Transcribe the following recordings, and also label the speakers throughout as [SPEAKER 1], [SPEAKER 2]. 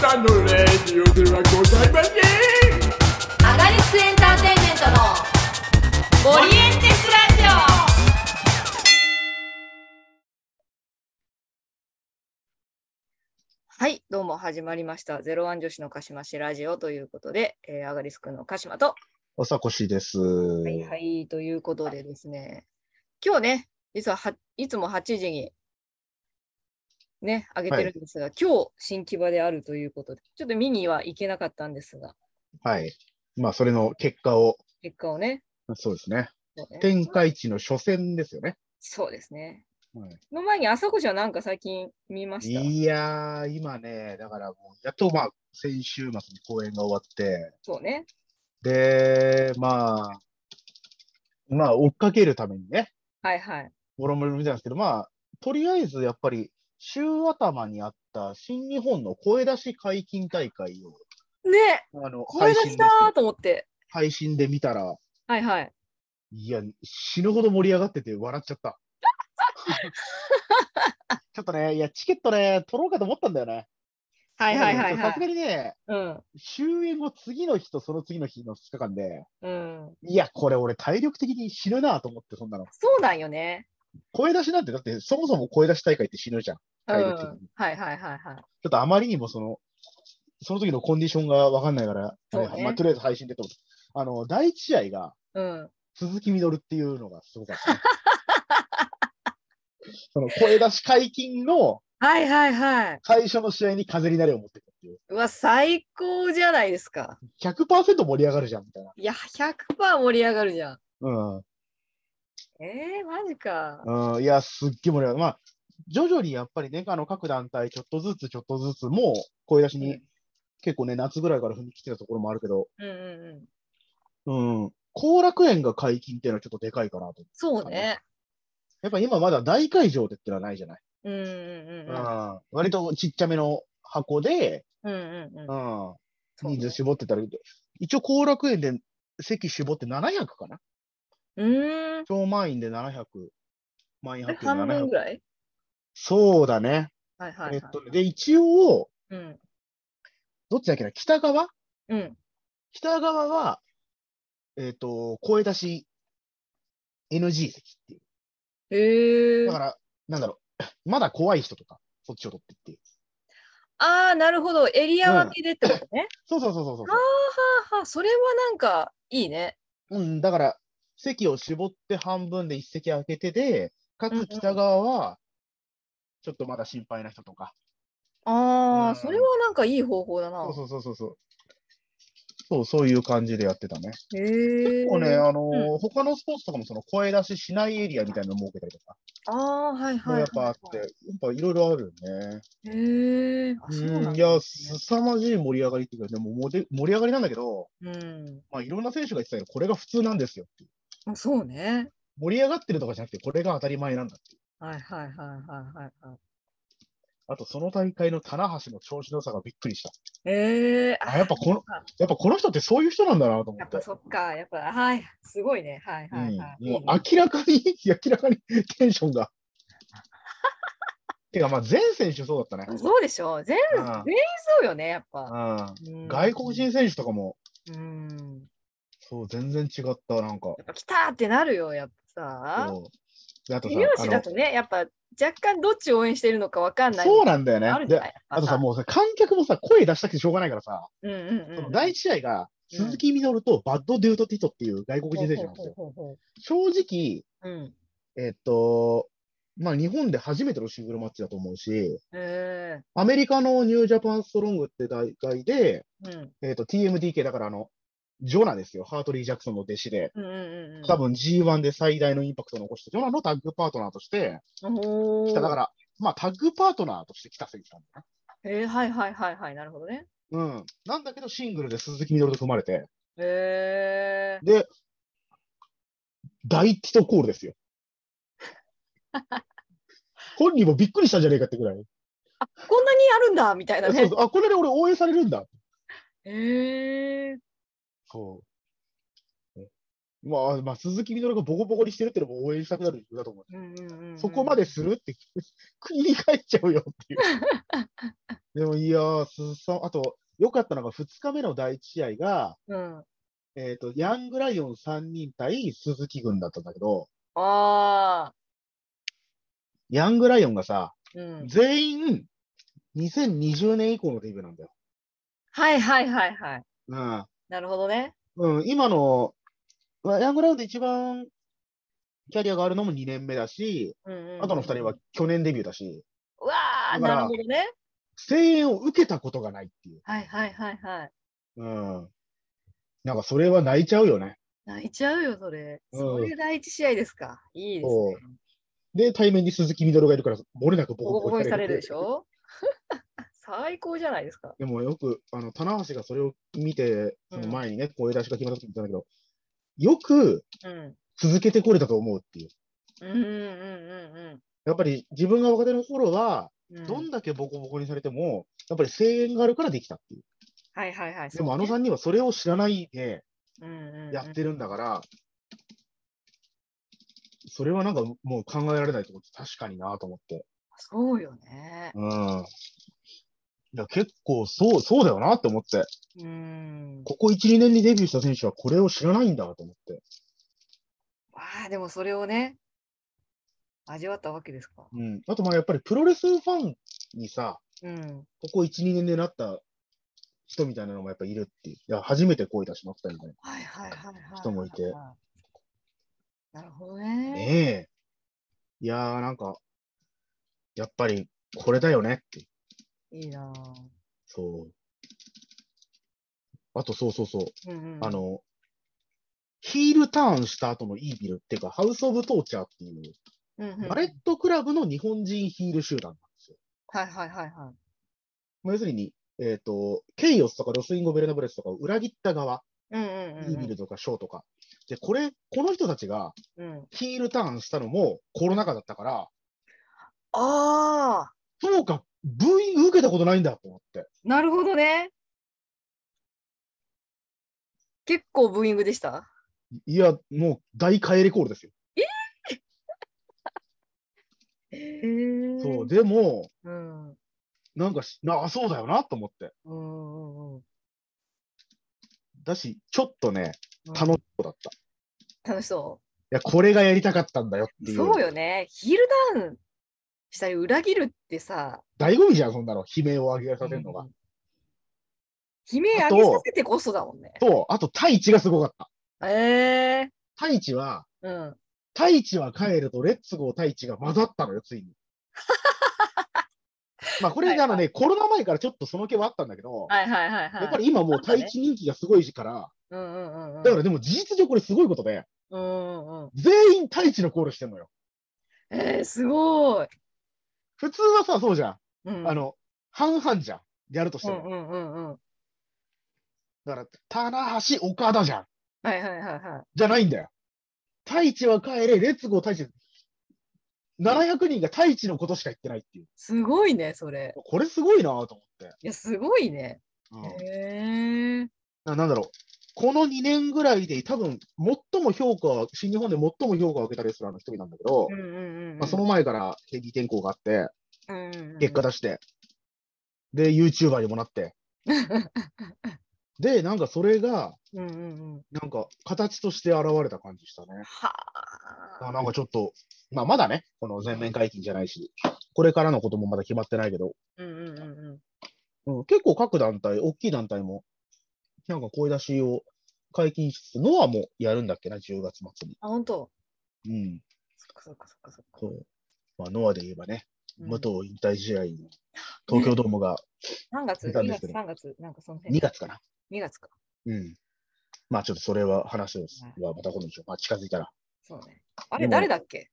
[SPEAKER 1] さんのレディオではございません
[SPEAKER 2] アガリスクエンターテインメントのオリエンテスラジオはいどうも始まりました「ゼロワン女子の鹿島市ラジオ」ということで、えー、アガリスクの鹿島と
[SPEAKER 3] おさこしです。
[SPEAKER 2] はいはいということでですね今日ね実ははいつも8時にね上げてるんですが、今日新木場であるということでちょっと見には行けなかったんですが
[SPEAKER 3] はい。まあ、それの結果を、
[SPEAKER 2] 結果をね
[SPEAKER 3] そうですね。
[SPEAKER 2] そうね
[SPEAKER 3] 天下一の初戦ですよね。
[SPEAKER 2] そうですね。
[SPEAKER 3] は
[SPEAKER 2] の前に朝越はなんか最近見ま
[SPEAKER 3] い、
[SPEAKER 2] した。
[SPEAKER 3] いやー、今ね、だからもう、やっとまあ、先週末に公演が終わって、
[SPEAKER 2] そうね。
[SPEAKER 3] で、まあ、まあ、追っかけるためにね、
[SPEAKER 2] はいはい。
[SPEAKER 3] もろもろ見たんですけど、まあ、とりあえずやっぱり、週頭にあった新日本の声出し解禁大会を、
[SPEAKER 2] ね
[SPEAKER 3] あの
[SPEAKER 2] 声
[SPEAKER 3] 配
[SPEAKER 2] 出
[SPEAKER 3] 信
[SPEAKER 2] し
[SPEAKER 3] で
[SPEAKER 2] だーと思って。
[SPEAKER 3] 配信で見たら、
[SPEAKER 2] はいはい。
[SPEAKER 3] いや、死ぬほど盛り上がってて笑っち ゃった。ちょっとね、いや、チケットね、取ろうかと思ったんだよね。
[SPEAKER 2] はいはいはい
[SPEAKER 3] でもね
[SPEAKER 2] は
[SPEAKER 3] さすが
[SPEAKER 2] い。
[SPEAKER 3] にね、
[SPEAKER 2] うん。
[SPEAKER 3] 終演後、次の日とその次の日の2日間で、
[SPEAKER 2] うん。
[SPEAKER 3] いや、これ俺体力的に死ぬなと思って、そんなの。
[SPEAKER 2] そうなんよね。
[SPEAKER 3] 声出しなんて、だってそもそも声出し大会って死ぬじゃん。
[SPEAKER 2] うん。
[SPEAKER 3] 体力
[SPEAKER 2] は
[SPEAKER 3] 的に。ち
[SPEAKER 2] いはいはいはい。
[SPEAKER 3] ょっとあまりにもその、その時のコンディションがわかんないから、
[SPEAKER 2] そうね
[SPEAKER 3] まあ、とりあえず配信でと思ってあの、第一試合が、
[SPEAKER 2] うん。
[SPEAKER 3] 鈴木みのるっていうのがすごかったね、 その声出し解禁の
[SPEAKER 2] はいはいはい。
[SPEAKER 3] 最初の試合に風になれを持ってくっていう。
[SPEAKER 2] うわ、最高じゃないですか。
[SPEAKER 3] 100%盛り上がるじゃんみたいな。
[SPEAKER 2] いや、100%盛り上がるじゃん。えー、マジか。
[SPEAKER 3] うん。うん、いや、すっげえ盛り上がる。まあ、徐々にやっぱりね、あの各団体、ちょっとずつちょっとずつ、もう声出しに結構ね、夏ぐらいから踏み切ってたところもあるけど、
[SPEAKER 2] うんうんうん。
[SPEAKER 3] うん。後楽園が解禁っていうのはちょっとでかいかなと。
[SPEAKER 2] そうね。
[SPEAKER 3] やっぱ今まだ大会場でってのはないじゃない。
[SPEAKER 2] うんうん
[SPEAKER 3] う
[SPEAKER 2] うん
[SPEAKER 3] ん。割とちっちゃめの箱で、
[SPEAKER 2] うん。うんうん
[SPEAKER 3] う
[SPEAKER 2] うん。
[SPEAKER 3] ん。
[SPEAKER 2] そうね
[SPEAKER 3] 人数絞ってたらいいけど、一応後楽園で席絞って700かな
[SPEAKER 2] うーん。
[SPEAKER 3] 超満員で700。満員
[SPEAKER 2] あれ
[SPEAKER 3] 発表
[SPEAKER 2] 半
[SPEAKER 3] で
[SPEAKER 2] 分
[SPEAKER 3] 700
[SPEAKER 2] ぐ。らい
[SPEAKER 3] そうだね。
[SPEAKER 2] はいはい
[SPEAKER 3] え
[SPEAKER 2] は
[SPEAKER 3] っ
[SPEAKER 2] い。
[SPEAKER 3] とね、で、一応、
[SPEAKER 2] うん。
[SPEAKER 3] どっちだっけな北側
[SPEAKER 2] うん。
[SPEAKER 3] 北側は、えっ、と、声出し NG 席ってい
[SPEAKER 2] へえ
[SPEAKER 3] う。だから、なんだろう、 まだ怖い人とか、そっちを取ってっていう。
[SPEAKER 2] ああ、なるほど。エリア分けでってことね。
[SPEAKER 3] そうそうそうそうそう
[SPEAKER 2] はあはあはあ、それはなんかいいね。
[SPEAKER 3] そう。うん、だから、席を絞って半分で一席空けてで、か
[SPEAKER 2] うんうん
[SPEAKER 3] つ北側は、ちょっとまだ心配な人とか、
[SPEAKER 2] あ
[SPEAKER 3] う
[SPEAKER 2] あ、
[SPEAKER 3] ん
[SPEAKER 2] それはなんかいい方法だな。
[SPEAKER 3] そうそうそうそうそう。そう、そういう感じでやってたね。
[SPEAKER 2] へえ。
[SPEAKER 3] 結構ね、あのー他のスポーツとかもその声出ししないエリアみたいなの設けたりとか、
[SPEAKER 2] ああ、はい
[SPEAKER 3] も
[SPEAKER 2] は
[SPEAKER 3] う
[SPEAKER 2] い。
[SPEAKER 3] やっぱあって、やっぱいろいろあるよね。
[SPEAKER 2] へえ。あそうなんだ
[SPEAKER 3] うん、いや、凄まじい盛り上がりっていうか、でももで盛り上がりなんだけど、
[SPEAKER 2] うん。
[SPEAKER 3] まあいろんな選手が言ってたけど、これが普通なんですよっていう。
[SPEAKER 2] まあそうね。
[SPEAKER 3] 盛り上がってるとかじゃなくて、これが当たり前なんだっていう。
[SPEAKER 2] はいはいはいはいはいはい。
[SPEAKER 3] あと、その大会の棚橋の調子の良さがびっくりした。
[SPEAKER 2] ええ。
[SPEAKER 3] あやっぱこの
[SPEAKER 2] そか
[SPEAKER 3] やっぱこの人ってそういう人なんだなと思
[SPEAKER 2] や
[SPEAKER 3] っ
[SPEAKER 2] ってぱ。そっか。やっぱ、はい。すごいね。はいはいはい。
[SPEAKER 3] うん、もう
[SPEAKER 2] いいね
[SPEAKER 3] 明らかに、 明らかにテンションが。 てか、まあ、全選手そうだったね。
[SPEAKER 2] そうでしょ。全
[SPEAKER 3] う
[SPEAKER 2] 部、
[SPEAKER 3] ん
[SPEAKER 2] 全員そうよね、やっぱ。
[SPEAKER 3] う
[SPEAKER 2] うん
[SPEAKER 3] ん、外国人選手とかも、
[SPEAKER 2] うん。
[SPEAKER 3] そう、全然違った、なんか。
[SPEAKER 2] やっぱ来たってなるよ、やっぱさ。
[SPEAKER 3] そうであと
[SPEAKER 2] 手
[SPEAKER 3] さ
[SPEAKER 2] 拍子だ
[SPEAKER 3] あ
[SPEAKER 2] とね、やっぱ若干どっちを応援してるのかわかん
[SPEAKER 3] の、
[SPEAKER 2] ない。
[SPEAKER 3] そうなんだ
[SPEAKER 2] あ
[SPEAKER 3] よ
[SPEAKER 2] る
[SPEAKER 3] ね。
[SPEAKER 2] じゃ
[SPEAKER 3] で
[SPEAKER 2] ない、
[SPEAKER 3] あとさ、もうさ、観客もさ、声出したくてしょうがないからさ、
[SPEAKER 2] うんうんう
[SPEAKER 3] そ
[SPEAKER 2] ん。
[SPEAKER 3] の第一試合が、鈴木みのるとバッド・デュート・ティトっていう外国人選手なんですよ。
[SPEAKER 2] ほうほうほうほ
[SPEAKER 3] 正直、
[SPEAKER 2] ううん。
[SPEAKER 3] えっと、まあ、日本で初めてのシングルマッチだと思うし、
[SPEAKER 2] え
[SPEAKER 3] アメリカのニュージャパンストロングって大会で、
[SPEAKER 2] ーうん
[SPEAKER 3] えっ、と、TMDK だからあの、ジョナですよ。ハートリー・ジャクソンの弟子で。
[SPEAKER 2] うんうんうん。
[SPEAKER 3] 多分 G1 で最大のインパクトを残したジョナのタッグパートナーとして
[SPEAKER 2] お
[SPEAKER 3] 来
[SPEAKER 2] ー
[SPEAKER 3] た。だから、まあタッグパートナーとして来た選手なんだ
[SPEAKER 2] えー、はいはいはいはい。なるほどね。
[SPEAKER 3] よね。うん。なんだけどシングルで鈴木みのると組まれて、
[SPEAKER 2] えー、
[SPEAKER 3] で、大ティトコール ですよ。本人もびっくりしたんじゃねえかってぐらい。
[SPEAKER 2] こんなにあるんだみたいな
[SPEAKER 3] そう
[SPEAKER 2] ね
[SPEAKER 3] そ。うあ、これで俺応援されるんだ。
[SPEAKER 2] えー、
[SPEAKER 3] そう。まあ、まあ、鈴木みのるがボコボコにしてるってのも応援したくなる理由だと思う。
[SPEAKER 2] うんうんうんうん。
[SPEAKER 3] そこまでするって、国に帰っちゃうよっていう。でもいやー、すさ、あと、良かったのが2日目の第1試合が、
[SPEAKER 2] うん。
[SPEAKER 3] えっ、と、ヤングライオン3人対鈴木軍だったんだけど、
[SPEAKER 2] ああ。
[SPEAKER 3] ヤングライオンがさ、
[SPEAKER 2] うん。
[SPEAKER 3] 全員、2020年以降のデビューなんだよ。
[SPEAKER 2] はいはいはいはい。
[SPEAKER 3] うん。
[SPEAKER 2] なるほどね。
[SPEAKER 3] うん、今の、まあヤングラウンド一番キャリアがあるのも2年目だし、
[SPEAKER 2] うんうん、
[SPEAKER 3] あとの2人は。去年デビューだし、
[SPEAKER 2] うわあ、
[SPEAKER 3] だか
[SPEAKER 2] な
[SPEAKER 3] ら
[SPEAKER 2] るほどね。
[SPEAKER 3] 声援を受けたことがないっていう。
[SPEAKER 2] はいはいはいはい。
[SPEAKER 3] うん。なんかそれは泣いちゃうよね。
[SPEAKER 2] 泣いちゃうよ、それ。
[SPEAKER 3] うん
[SPEAKER 2] それ第一試合ですか。いいです
[SPEAKER 3] そう
[SPEAKER 2] ね。
[SPEAKER 3] で、対面に鈴木みどるがいるから、漏れなく
[SPEAKER 2] ボ
[SPEAKER 3] ボコ
[SPEAKER 2] コ
[SPEAKER 3] ボ
[SPEAKER 2] ボ
[SPEAKER 3] コ
[SPEAKER 2] コ
[SPEAKER 3] に
[SPEAKER 2] にされる
[SPEAKER 3] って
[SPEAKER 2] でしょ 最高じゃないですか。
[SPEAKER 3] でもよく、あの、棚橋がそれを見て、その前にね、声出しが決まった時に言ったんだけど、よく
[SPEAKER 2] うん。
[SPEAKER 3] 続けてこれたと思うっていう。
[SPEAKER 2] うんうんうん
[SPEAKER 3] やっぱり自分が若手の頃は、
[SPEAKER 2] うんうん。
[SPEAKER 3] どんだけボコボコにされても、やっぱり声援があるからできたっていう。
[SPEAKER 2] はいはいはい。
[SPEAKER 3] でもあの
[SPEAKER 2] さ
[SPEAKER 3] 3人はそれを知らないで
[SPEAKER 2] うんうんうん、
[SPEAKER 3] やってるんだから、それはなんかもう考えられないってこと、確かになと思って。
[SPEAKER 2] そうよね。
[SPEAKER 3] うん。いや、結構そう、そうだよなって思って。
[SPEAKER 2] うん。
[SPEAKER 3] ここ1、2年にデビューした選手はこれを知らないんだと思って。
[SPEAKER 2] ああ、でもそれをね、味わったわけですか。
[SPEAKER 3] うん。あとまあやっぱりプロレスファンにさ、
[SPEAKER 2] うん。
[SPEAKER 3] ここ1、2年でなった人みたいなのもやっぱいるっていう。いや、初めて声出しまったみたい
[SPEAKER 2] はいはいはいはい。
[SPEAKER 3] 人もいて。
[SPEAKER 2] なるほど
[SPEAKER 3] な。
[SPEAKER 2] ね。
[SPEAKER 3] ねえ。いやーなんか、やっぱりこれだよねっていう
[SPEAKER 2] いいな
[SPEAKER 3] そう。あと、そうそうそう。
[SPEAKER 2] ぁ。うんうん、
[SPEAKER 3] あ、の、ヒールターンした後のイービルっていうか、ハウス・オブ・トーチャーっていう、
[SPEAKER 2] うんうん、
[SPEAKER 3] バレットクラブの日本人ヒール集団なんですよ。
[SPEAKER 2] はいはいはいは
[SPEAKER 3] まあ、要するに、えっ、と、ケイオスとかロスインゴ・ベルナブレスとかを裏切った側、
[SPEAKER 2] い。うんうんうん、うん。
[SPEAKER 3] イービルとかショーとか。で、これ、この人たちが
[SPEAKER 2] うん、
[SPEAKER 3] ヒールターンしたのもコロナ禍だったから、
[SPEAKER 2] ああ、
[SPEAKER 3] そうか、ブーイング受けたことないんだと思って。
[SPEAKER 2] なるほどね。結構ブーイングでした
[SPEAKER 3] いや、もう大帰りコールですよ。
[SPEAKER 2] へ
[SPEAKER 3] そ、。
[SPEAKER 2] そう
[SPEAKER 3] でも、
[SPEAKER 2] うん。うん
[SPEAKER 3] なんかし、なあ、そうだよなと思って。
[SPEAKER 2] うんうんうん。
[SPEAKER 3] だし、ちょっとね、楽し
[SPEAKER 2] 楽
[SPEAKER 3] そうだった。い
[SPEAKER 2] 楽しそ
[SPEAKER 3] や、これがやりたかったんだよっ
[SPEAKER 2] う。
[SPEAKER 3] ていう。
[SPEAKER 2] そうよね。ヒールダウンしたり裏切るってさ、
[SPEAKER 3] 醍醐味じゃん、そんなの。悲鳴を上げさせるのが。
[SPEAKER 2] うん悲鳴上げさせてこそだもんね。
[SPEAKER 3] と、あと、太一がすごかった。
[SPEAKER 2] ええ
[SPEAKER 3] 太一は、
[SPEAKER 2] うん。
[SPEAKER 3] 太一は帰ると、レッツゴー太一が混ざったの よ、ついに。まあ、これね、あのね、コロナ前からちょっとその気はあったんだけど、
[SPEAKER 2] はいはいはいはい。
[SPEAKER 3] やっぱり今もう太一人気がすごいから、
[SPEAKER 2] うんうんうんうん。
[SPEAKER 3] だからでも事実上これすごいことで、
[SPEAKER 2] うんうんうん。
[SPEAKER 3] 全員太一のコールしてんのよ。
[SPEAKER 2] えー、すごい。
[SPEAKER 3] 普通はさ、そうじゃ
[SPEAKER 2] うん
[SPEAKER 3] ん。あ、の、半々じゃん。やるとし
[SPEAKER 2] う
[SPEAKER 3] ても
[SPEAKER 2] ん。うんうんうん。は
[SPEAKER 3] だから、棚橋、岡田じゃん。
[SPEAKER 2] いはいはいは
[SPEAKER 3] じゃないんだよ。太一は帰れ、レッツゴー太一。700人が太一のことしか言ってないっていう
[SPEAKER 2] い。。すごいね、それ。
[SPEAKER 3] これすごいなと思って。
[SPEAKER 2] いや、すごいね。
[SPEAKER 3] う
[SPEAKER 2] へ
[SPEAKER 3] ん
[SPEAKER 2] え。
[SPEAKER 3] ななんだろう。この2年ぐらいで多分、最も評価は、新日本で最も評価を受けたレスラーの一人なんだけど、
[SPEAKER 2] うんうんうん。
[SPEAKER 3] まあ、その前からヘビー転向があって、
[SPEAKER 2] うんうんうん
[SPEAKER 3] 結果出して、で、YouTuber にもなって、 で、なんかそれが、
[SPEAKER 2] うんうんうん。
[SPEAKER 3] なんか形として現れた感じしたね。
[SPEAKER 2] は
[SPEAKER 3] あ
[SPEAKER 2] あ。
[SPEAKER 3] なんかちょっと、まあ、まだね、この全面解禁じゃないし、これからのこともまだ決まってないけど、
[SPEAKER 2] うんうんうんうん。
[SPEAKER 3] うん、結構各団体、大きい団体も、なんか声出しを解禁しつつ、ノアもやるんだっけな、10月末に。
[SPEAKER 2] あ、本当。
[SPEAKER 3] うん、
[SPEAKER 2] そっかそっかそっかそっか。
[SPEAKER 3] そう。まあ、ノアで言えばね、
[SPEAKER 2] うん
[SPEAKER 3] 武藤引退試合に、東京ドームが
[SPEAKER 2] 何月
[SPEAKER 3] 出たん
[SPEAKER 2] ?2
[SPEAKER 3] ですけ
[SPEAKER 2] 月
[SPEAKER 3] ど
[SPEAKER 2] ?3 月なんかその辺。
[SPEAKER 3] 2月かな。
[SPEAKER 2] 2月か。
[SPEAKER 3] うん。まあ、ちょっとそれは話をすはまた今度にしよう。まあ、近づいたら。
[SPEAKER 2] そうね。あれ、
[SPEAKER 3] でも
[SPEAKER 2] 誰だっけ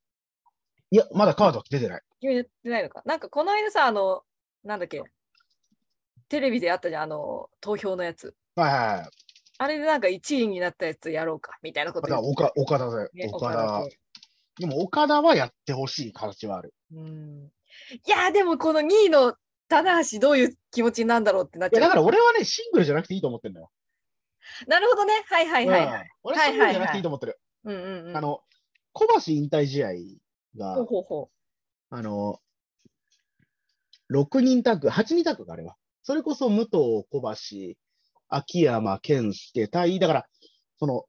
[SPEAKER 3] いや、まだカードは出てない。
[SPEAKER 2] 決めてないのか。なんかこの間さ、あの、なんだっけ。テレビであったじゃん、あの、投票のやつ。
[SPEAKER 3] はいはいはい。
[SPEAKER 2] あれでなんか1位になったやつやろうか、みたいなこ
[SPEAKER 3] ま
[SPEAKER 2] と
[SPEAKER 3] た
[SPEAKER 2] 言って
[SPEAKER 3] 岡岡田だよ。
[SPEAKER 2] ね
[SPEAKER 3] 岡
[SPEAKER 2] 岡
[SPEAKER 3] 田
[SPEAKER 2] 田。
[SPEAKER 3] でも、岡田はやってほしい形はある。
[SPEAKER 2] うんいやーでもこの2位の棚橋どういう気持ちになんだろうってなっ
[SPEAKER 3] い
[SPEAKER 2] ち
[SPEAKER 3] や、
[SPEAKER 2] ゃ
[SPEAKER 3] だ
[SPEAKER 2] う
[SPEAKER 3] か。ら俺はね、シングルじゃなくていいと思ってるのよ。
[SPEAKER 2] なるほどね。はいはいはい。
[SPEAKER 3] うん俺はシングルじゃなくていいと思ってる。
[SPEAKER 2] うんうんうん。
[SPEAKER 3] あの、小橋引退試合
[SPEAKER 2] ほう
[SPEAKER 3] が、
[SPEAKER 2] ほうほ
[SPEAKER 3] あの、 6人タッグ、8人タッグがあれは。それこそ武藤、小橋、秋山、健介、対、だから、その、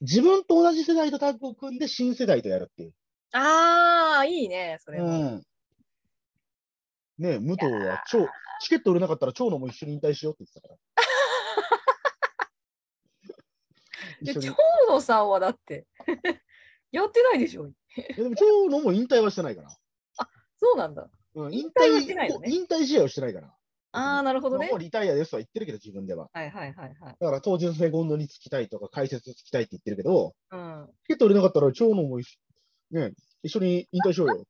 [SPEAKER 3] 自分と同じ世代とタッグを組んで新世代とやるっていう。
[SPEAKER 2] ああ、いいね、それ
[SPEAKER 3] う
[SPEAKER 2] も。
[SPEAKER 3] ん。ねえ武藤は超、チケット売れなかったら長野も一緒に引退しようって言ってたから。
[SPEAKER 2] で、
[SPEAKER 3] 一緒に
[SPEAKER 2] 長野さんはだって、 やってないでしょ。
[SPEAKER 3] いやでも長野も引退はしてないから。
[SPEAKER 2] そうなんだ。
[SPEAKER 3] うん、
[SPEAKER 2] 引
[SPEAKER 3] 引
[SPEAKER 2] 退
[SPEAKER 3] 退
[SPEAKER 2] はしてないよね
[SPEAKER 3] 引退試合をしてないから。
[SPEAKER 2] ああ、なるほどね
[SPEAKER 3] もう。リタイアですとは言ってるけど、自分では。
[SPEAKER 2] はいはいはいはい。
[SPEAKER 3] だから当日セコンドにつきたいとか、解説つきたいって言ってるけど、
[SPEAKER 2] うん。
[SPEAKER 3] チケット売れなかったら長野も一緒,、ね、一緒に引退しようよ。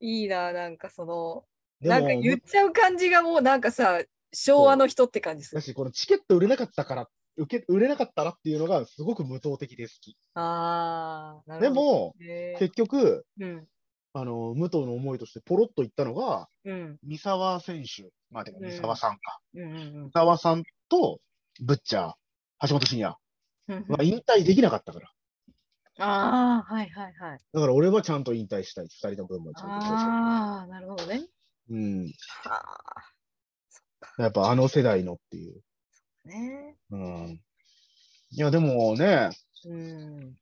[SPEAKER 2] いいな、なんかその、
[SPEAKER 3] で
[SPEAKER 2] なん
[SPEAKER 3] も
[SPEAKER 2] か言っちゃう感じがもうなんかさ、昭和の人って感じす
[SPEAKER 3] だ
[SPEAKER 2] る。
[SPEAKER 3] し、このチケット売れなかったから、受け売れなかったらっていうのがすごく無党的で好き。
[SPEAKER 2] ああ、な
[SPEAKER 3] で
[SPEAKER 2] るほど。
[SPEAKER 3] も、
[SPEAKER 2] へー
[SPEAKER 3] 結局、
[SPEAKER 2] うん。
[SPEAKER 3] あの武藤の思いとしてポロッと言ったのが、
[SPEAKER 2] うん。
[SPEAKER 3] 三沢選手、まあでも
[SPEAKER 2] うん
[SPEAKER 3] 三沢さんか、
[SPEAKER 2] うんうん
[SPEAKER 3] 三沢さんとブッチャー、橋本真也
[SPEAKER 2] うん。
[SPEAKER 3] は引退できなかったから、
[SPEAKER 2] ああ、はいはいはい。
[SPEAKER 3] だから俺はちゃんと引退したい、二人の分もちゃんと引退したい
[SPEAKER 2] ああ、なるほどね。
[SPEAKER 3] うん、
[SPEAKER 2] はあ、
[SPEAKER 3] やっぱあの世代のっていう。
[SPEAKER 2] ね。
[SPEAKER 3] うん、いや、でもね、
[SPEAKER 2] うん。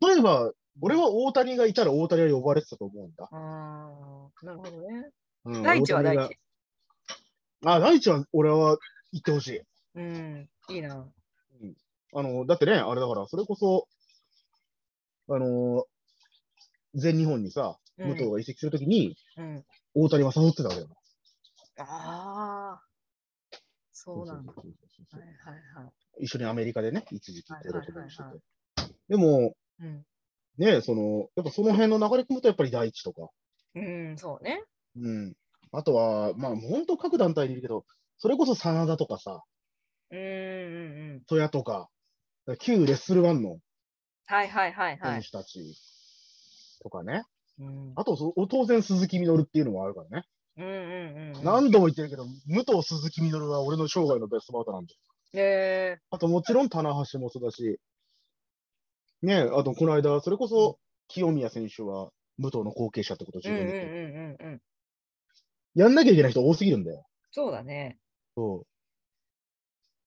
[SPEAKER 3] 例えば、俺は大谷がいたら大谷は呼ばれてたと思うんだ。
[SPEAKER 2] ああ、なるほどね。
[SPEAKER 3] うん、
[SPEAKER 2] 大地は大
[SPEAKER 3] 谷が
[SPEAKER 2] 地。
[SPEAKER 3] あ、大地は俺は行ってほしい。
[SPEAKER 2] うん。いいな。
[SPEAKER 3] あの、だってね、あれだから、それこそ、あのー全日本にさ、
[SPEAKER 2] うん
[SPEAKER 3] 武藤が移籍するときに、
[SPEAKER 2] うん。
[SPEAKER 3] 大谷は誘ってたわけだから。
[SPEAKER 2] ああ。そうなんだ。
[SPEAKER 3] そうそうそうそ
[SPEAKER 2] は
[SPEAKER 3] う
[SPEAKER 2] いはいはい。
[SPEAKER 3] 一緒にアメリカでね、一時期
[SPEAKER 2] はい
[SPEAKER 3] トレードとかして
[SPEAKER 2] はいは
[SPEAKER 3] て。でも、
[SPEAKER 2] うん。
[SPEAKER 3] ね、その、やっぱその辺の流れ組むと、やっぱり第一とか、
[SPEAKER 2] うん、そうね。
[SPEAKER 3] うん。あとは、まあ、本当各団体にいるけど、それこそ真田とかさ、
[SPEAKER 2] うんうんうん。
[SPEAKER 3] 戸谷とか、旧レッスルワンの
[SPEAKER 2] はいはいはいは
[SPEAKER 3] 選
[SPEAKER 2] い。
[SPEAKER 3] 手たちとかね。
[SPEAKER 2] うん
[SPEAKER 3] あとそ、当然鈴木みのるっていうのもあるからね。
[SPEAKER 2] うんうんうん。
[SPEAKER 3] 何度も言ってるけど、武藤鈴木みのるは俺の生涯のベストバウターなんで。
[SPEAKER 2] え
[SPEAKER 3] あともちろん棚橋もそうだし、ねえ、あとこの間、それこそ清宮選手は武藤の後継者ってことを
[SPEAKER 2] ー。う
[SPEAKER 3] 自
[SPEAKER 2] んうん
[SPEAKER 3] 分で言って、
[SPEAKER 2] うんうんうん。
[SPEAKER 3] やんなきゃいけない人多すぎるんだよ。
[SPEAKER 2] そうだね。
[SPEAKER 3] そう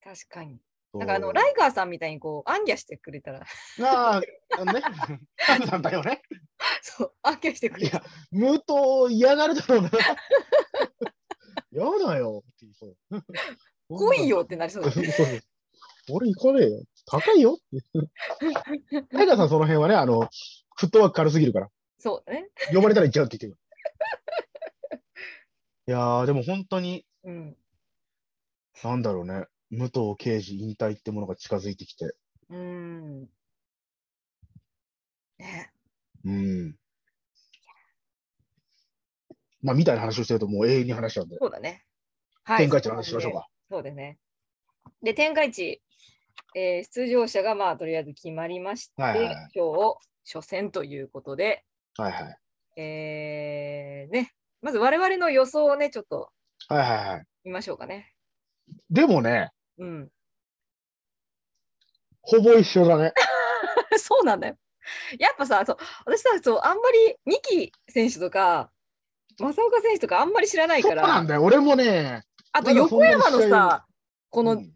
[SPEAKER 2] 確かに。
[SPEAKER 3] そう。
[SPEAKER 2] なんかあの、ライガーさんみたいにこう、暗夜してくれたら、
[SPEAKER 3] ああ、あのね、なんなんだよね。
[SPEAKER 2] そう、暗夜してくれ
[SPEAKER 3] い
[SPEAKER 2] たら
[SPEAKER 3] や、武藤嫌がるだろうな。やだよって言いそう。
[SPEAKER 2] 来いよってなりそうだ
[SPEAKER 3] そう
[SPEAKER 2] ね。
[SPEAKER 3] です 俺行かねえよ。高いよって。タイガーさん、その辺はね、あの、フットワーク軽すぎるから、
[SPEAKER 2] そうね。
[SPEAKER 3] 呼ばれたら行っちゃうって言ってる。いやー、でも本当に、
[SPEAKER 2] うん。
[SPEAKER 3] なんだろうね、武藤刑事引退ってものが近づいてきて、
[SPEAKER 2] うん。ね。
[SPEAKER 3] うん。まあ、みたいな話をしてると、もう永遠に話しちゃうんで、
[SPEAKER 2] そうだね。は
[SPEAKER 3] 展開地の話しましょうか。
[SPEAKER 2] そうですね。で、天下一、えー出場者がまあとりあえず決まりまして、
[SPEAKER 3] はいはいはい
[SPEAKER 2] 今日初戦ということで、
[SPEAKER 3] はいはい。
[SPEAKER 2] えーね、まず我々の予想をね、ちょっと
[SPEAKER 3] はいはいはい。
[SPEAKER 2] 見ましょうかね。
[SPEAKER 3] でもね、
[SPEAKER 2] うん。
[SPEAKER 3] ほぼ一緒だね。
[SPEAKER 2] そうなんだよ。やっぱさ、そう私さそう、あんまり三木選手とか、正岡選手とかあんまり知らない
[SPEAKER 3] そ
[SPEAKER 2] か
[SPEAKER 3] うなん
[SPEAKER 2] ら、
[SPEAKER 3] だよ、俺もね。
[SPEAKER 2] あと
[SPEAKER 3] まだ
[SPEAKER 2] 横
[SPEAKER 3] そんなに
[SPEAKER 2] 山の
[SPEAKER 3] 試合を
[SPEAKER 2] さ、こ
[SPEAKER 3] う
[SPEAKER 2] の
[SPEAKER 3] ん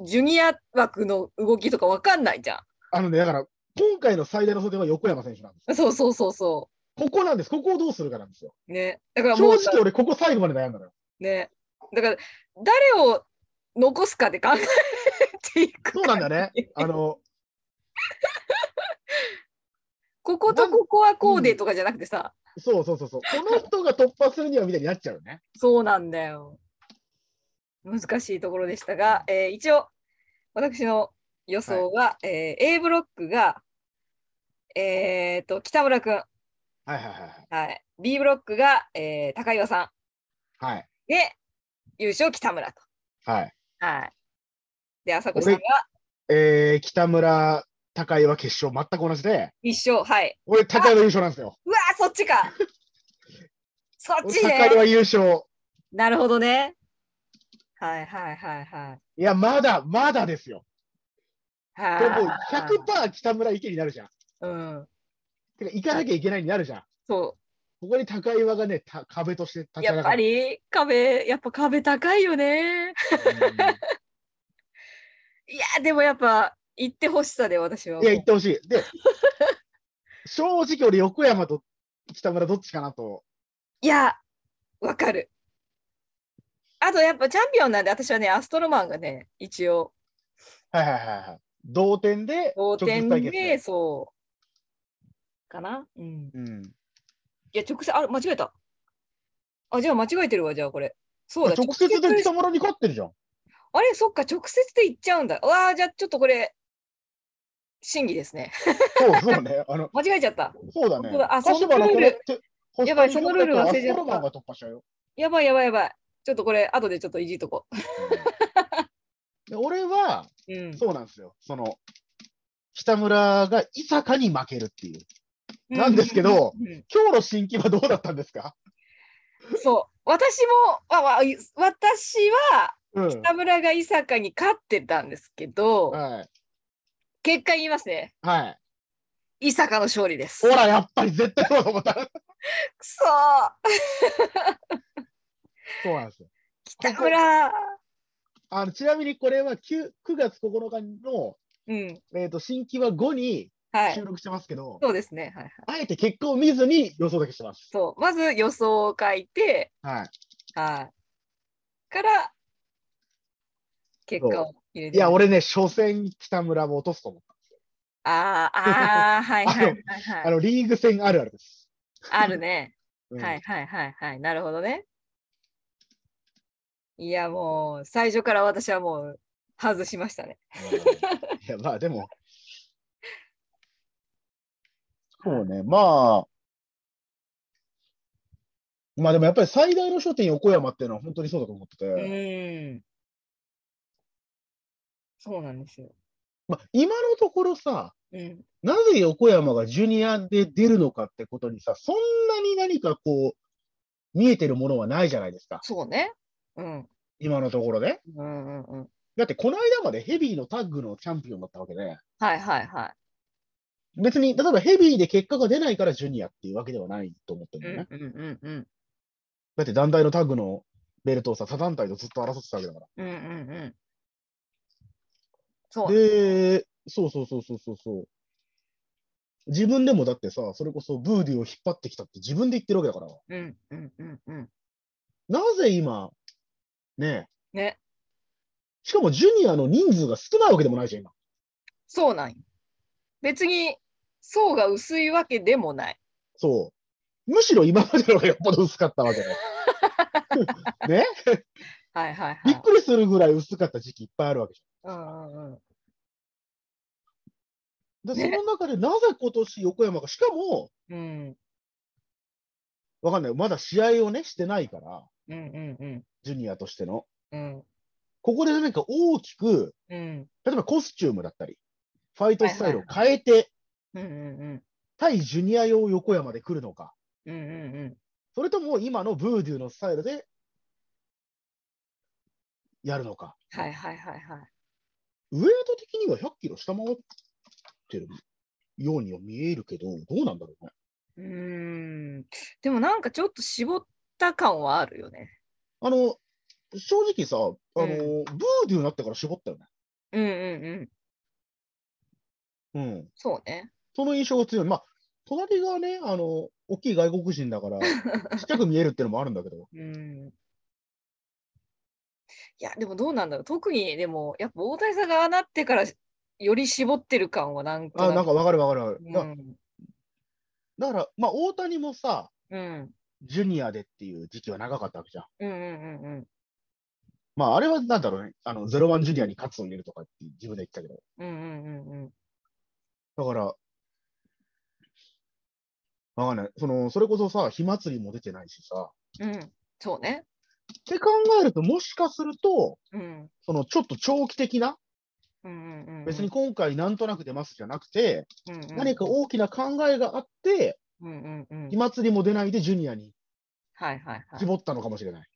[SPEAKER 2] ジュニア枠の動きとかわかんないじゃ
[SPEAKER 3] あのね、だから、今回の最大の争点は横山選手なんです。
[SPEAKER 2] ん。そうそうそうそ
[SPEAKER 3] ここなんです。ここをどうするかなんですよ。
[SPEAKER 2] う。ね。だからも
[SPEAKER 3] 正
[SPEAKER 2] う
[SPEAKER 3] 直俺、ここ最後まで悩んだのよ。
[SPEAKER 2] ね。だから誰を残すかで考えていく。
[SPEAKER 3] そうなんだ よね。あの、
[SPEAKER 2] こことここはこうでとかじゃなくてさ、
[SPEAKER 3] そうそうそうそう。この人が突破するにはみたいになっちゃうよね。
[SPEAKER 2] そうなんだよ。難しいところでしたが、えー一応、私の予想は、えー A ブロックが、えー、と北村君、
[SPEAKER 3] はいはいはいはい。
[SPEAKER 2] はい、B ブロックが、えー高岩さ
[SPEAKER 3] はい。
[SPEAKER 2] んで優勝北村と。
[SPEAKER 3] はい。
[SPEAKER 2] はい、で、朝子さんが
[SPEAKER 3] えー、北村、高井は決勝全く同じで、
[SPEAKER 2] 一勝、はい。
[SPEAKER 3] 俺、高井は優勝なんですよ。
[SPEAKER 2] うわー、そっち かそっ
[SPEAKER 3] 俺
[SPEAKER 2] ち
[SPEAKER 3] 高井
[SPEAKER 2] ね
[SPEAKER 3] は優勝。
[SPEAKER 2] なるほどね。はいはいはいはい。
[SPEAKER 3] いや、まだ、まだですよ。
[SPEAKER 2] は
[SPEAKER 3] で
[SPEAKER 2] い
[SPEAKER 3] ももう100%北村池になるじゃん。
[SPEAKER 2] うん、
[SPEAKER 3] てか、行かなきゃいけないになるじゃん。
[SPEAKER 2] そ
[SPEAKER 3] ここに高岩がね、た壁として立ち
[SPEAKER 2] や
[SPEAKER 3] 上
[SPEAKER 2] っ
[SPEAKER 3] が
[SPEAKER 2] ぱ
[SPEAKER 3] る。
[SPEAKER 2] り壁、やっぱ壁高いよね。いや、でもやっぱ行ってほしさで私は
[SPEAKER 3] う
[SPEAKER 2] も
[SPEAKER 3] ん
[SPEAKER 2] う。
[SPEAKER 3] いや、言ってほし い。で、正直俺、横山と北村どっちかなと。
[SPEAKER 2] いや、わかる。あとやっぱチャンピオンなんで私はね、アストロマンがね、一応
[SPEAKER 3] はいはいはいはい。同点で、
[SPEAKER 2] 同点
[SPEAKER 3] 直接対決
[SPEAKER 2] で、そう。かなうん。
[SPEAKER 3] うん。
[SPEAKER 2] いや、直接、あ、間違えた。あ、じゃあ間違えてるわ、じゃあこれ。そうだ、
[SPEAKER 3] 直接で北村に勝ってるじゃん。
[SPEAKER 2] あれ、そっか、直接で行っちゃうんだ。うわあ、じゃあちょっとこれ、審議ですね。
[SPEAKER 3] そうそうね。あの、
[SPEAKER 2] 間違えちゃった。
[SPEAKER 3] そうだね。
[SPEAKER 2] そうだあ
[SPEAKER 3] 鹿島
[SPEAKER 2] そのルール
[SPEAKER 3] これってホストに
[SPEAKER 2] やばいそのルール忘れちゃった
[SPEAKER 3] アストロマンが突破しちゃうよ。
[SPEAKER 2] やばいやばいやばい。ちょっとこれ、後でちょっといじっとこ
[SPEAKER 3] で俺は、
[SPEAKER 2] う。うん。
[SPEAKER 3] そうなんですよ。その、北村が伊坂に負けるっていう。なんですけど
[SPEAKER 2] うん、うん
[SPEAKER 3] 今日の新規はどうだったんですか
[SPEAKER 2] そう。私も、わわ私は、
[SPEAKER 3] うん。
[SPEAKER 2] 田村が伊坂に勝ってたんですけど、
[SPEAKER 3] はい。
[SPEAKER 2] 結果言いますね。
[SPEAKER 3] はい。
[SPEAKER 2] 伊坂の勝利です。
[SPEAKER 3] ほら、やっぱり絶対そうだと思った。
[SPEAKER 2] くそー
[SPEAKER 3] そうなんですよ。
[SPEAKER 2] 北村
[SPEAKER 3] あのちなみにこれは 9, 9月9日の、
[SPEAKER 2] うん。
[SPEAKER 3] えー、と新規は5に
[SPEAKER 2] はい
[SPEAKER 3] 収。録してますけど、
[SPEAKER 2] そうですね。はいはい。
[SPEAKER 3] あえて結果を見ずに予想だけしてます。
[SPEAKER 2] そう。まず予想を書いて、
[SPEAKER 3] はい。
[SPEAKER 2] はい。から、結果を入れて。
[SPEAKER 3] いや、俺ね、初戦北村も落とすと思っ
[SPEAKER 2] あーあー、はいはいはい
[SPEAKER 3] た。
[SPEAKER 2] は
[SPEAKER 3] あ
[SPEAKER 2] い。
[SPEAKER 3] の、リーグ戦あるあるです。
[SPEAKER 2] あるね。
[SPEAKER 3] うん
[SPEAKER 2] はい。はいはいはい。なるほどね。いやもう、最初から私はもう、外しましたね。
[SPEAKER 3] うん いや、まあでも。そうね、まあ。まあでもやっぱり最大の焦点横山っていうのは本当にそうだと思ってて、
[SPEAKER 2] うん。そうなんですよ。
[SPEAKER 3] まあ今のところさ、
[SPEAKER 2] うん。
[SPEAKER 3] なぜ横山がジュニアで出るのかってことにさ、そんなに何かこう、見えてるものはないじゃないですか。
[SPEAKER 2] そうね。うん。
[SPEAKER 3] 今のところね。
[SPEAKER 2] うんうんうん。
[SPEAKER 3] だってこの間までヘビーのタッグのチャンピオンだったわけで、
[SPEAKER 2] はいはいは
[SPEAKER 3] 別に、例えばヘビーで結果が出ないからジュニアっていうわけではないと思ってるん
[SPEAKER 2] い。
[SPEAKER 3] だ
[SPEAKER 2] う
[SPEAKER 3] よ
[SPEAKER 2] ん
[SPEAKER 3] ね。
[SPEAKER 2] うんうんうん。
[SPEAKER 3] だって団体のタッグのベルトをさ、他団体とずっと争ってたわけだから。
[SPEAKER 2] うんうんうん。そう。
[SPEAKER 3] で、そうそうそうそうそうそう。自分でもだってさ、それこそブーディを引っ張ってきたって自分で言ってるわけだから。
[SPEAKER 2] うんうんうんうん。
[SPEAKER 3] なぜ今、ねえ
[SPEAKER 2] ね。
[SPEAKER 3] しかもジュニアの人数が少ないわけでもないじゃん、今。
[SPEAKER 2] そうなんよ別に、層が薄いわけでもない。
[SPEAKER 3] そう。むしろ今までの方がよっぽど薄かった わけで。ね
[SPEAKER 2] はいはいは
[SPEAKER 3] び っ
[SPEAKER 2] い。
[SPEAKER 3] くりするぐらい薄かった時期いっぱいあるわけじ
[SPEAKER 2] うんうんうん。
[SPEAKER 3] ゃん。で、そ
[SPEAKER 2] ね
[SPEAKER 3] の中でなぜ今年横山が、しかも、
[SPEAKER 2] うん
[SPEAKER 3] わかんない。まだ試合をね、してないから、
[SPEAKER 2] うんうんうん。
[SPEAKER 3] ジュニアとしての。
[SPEAKER 2] うん
[SPEAKER 3] ここで何か大きく、
[SPEAKER 2] うん
[SPEAKER 3] 例えばコスチュームだったり、ファイトスタイルを
[SPEAKER 2] はい
[SPEAKER 3] 変えて、
[SPEAKER 2] うんうん
[SPEAKER 3] 対ジュニア用横山で来るのか、
[SPEAKER 2] うんうんうん
[SPEAKER 3] それとも今のブーデューのスタイルでやるのか。
[SPEAKER 2] はいはいはいはい
[SPEAKER 3] ウェイト的には100キロ下回ってるようには見えるけど、どうなんだろうね。
[SPEAKER 2] うーんでもなんかちょっと絞った感はあるよね
[SPEAKER 3] あの、正直さ、あの、
[SPEAKER 2] うん
[SPEAKER 3] ブーデューになってから絞ったよね。
[SPEAKER 2] うんうんうん
[SPEAKER 3] うん。
[SPEAKER 2] そうね
[SPEAKER 3] その印象が強い。まあ、隣がね、あの、大きい外国人 だから、ちっちゃく見えるっていうのもあるんだけど。
[SPEAKER 2] うんいやでもどうなんだろう特にでもやっぱ大谷さんがああなってからより絞ってる感はなんと
[SPEAKER 3] あなん
[SPEAKER 2] か
[SPEAKER 3] かわかるわかるわかる。
[SPEAKER 2] う
[SPEAKER 3] だ
[SPEAKER 2] ん
[SPEAKER 3] だから、まあ、大谷もさ、
[SPEAKER 2] うん
[SPEAKER 3] ジュニアでっていう時期は長かったわけじゃん。
[SPEAKER 2] うんうんうん
[SPEAKER 3] まあ、あれはなんだろうね、あの、ゼロワンジュニアに勝つを入れるとかって自分で言ってたけど。
[SPEAKER 2] うんうんうんうん
[SPEAKER 3] だから、わかんない。その、それこそさ、火祭りも出てないしさ。
[SPEAKER 2] うんうんそうね
[SPEAKER 3] って考えると、もしかすると、
[SPEAKER 2] うん
[SPEAKER 3] その、ちょっと長期的な、
[SPEAKER 2] うんうんうん
[SPEAKER 3] 別に今回なんとなく出ますじゃなくて、
[SPEAKER 2] うんうん
[SPEAKER 3] 何か大きな考えがあって、
[SPEAKER 2] うんうんうん
[SPEAKER 3] 火祭りも出ないでジュニアに
[SPEAKER 2] はいはいはい
[SPEAKER 3] 絞ったのかもしれない。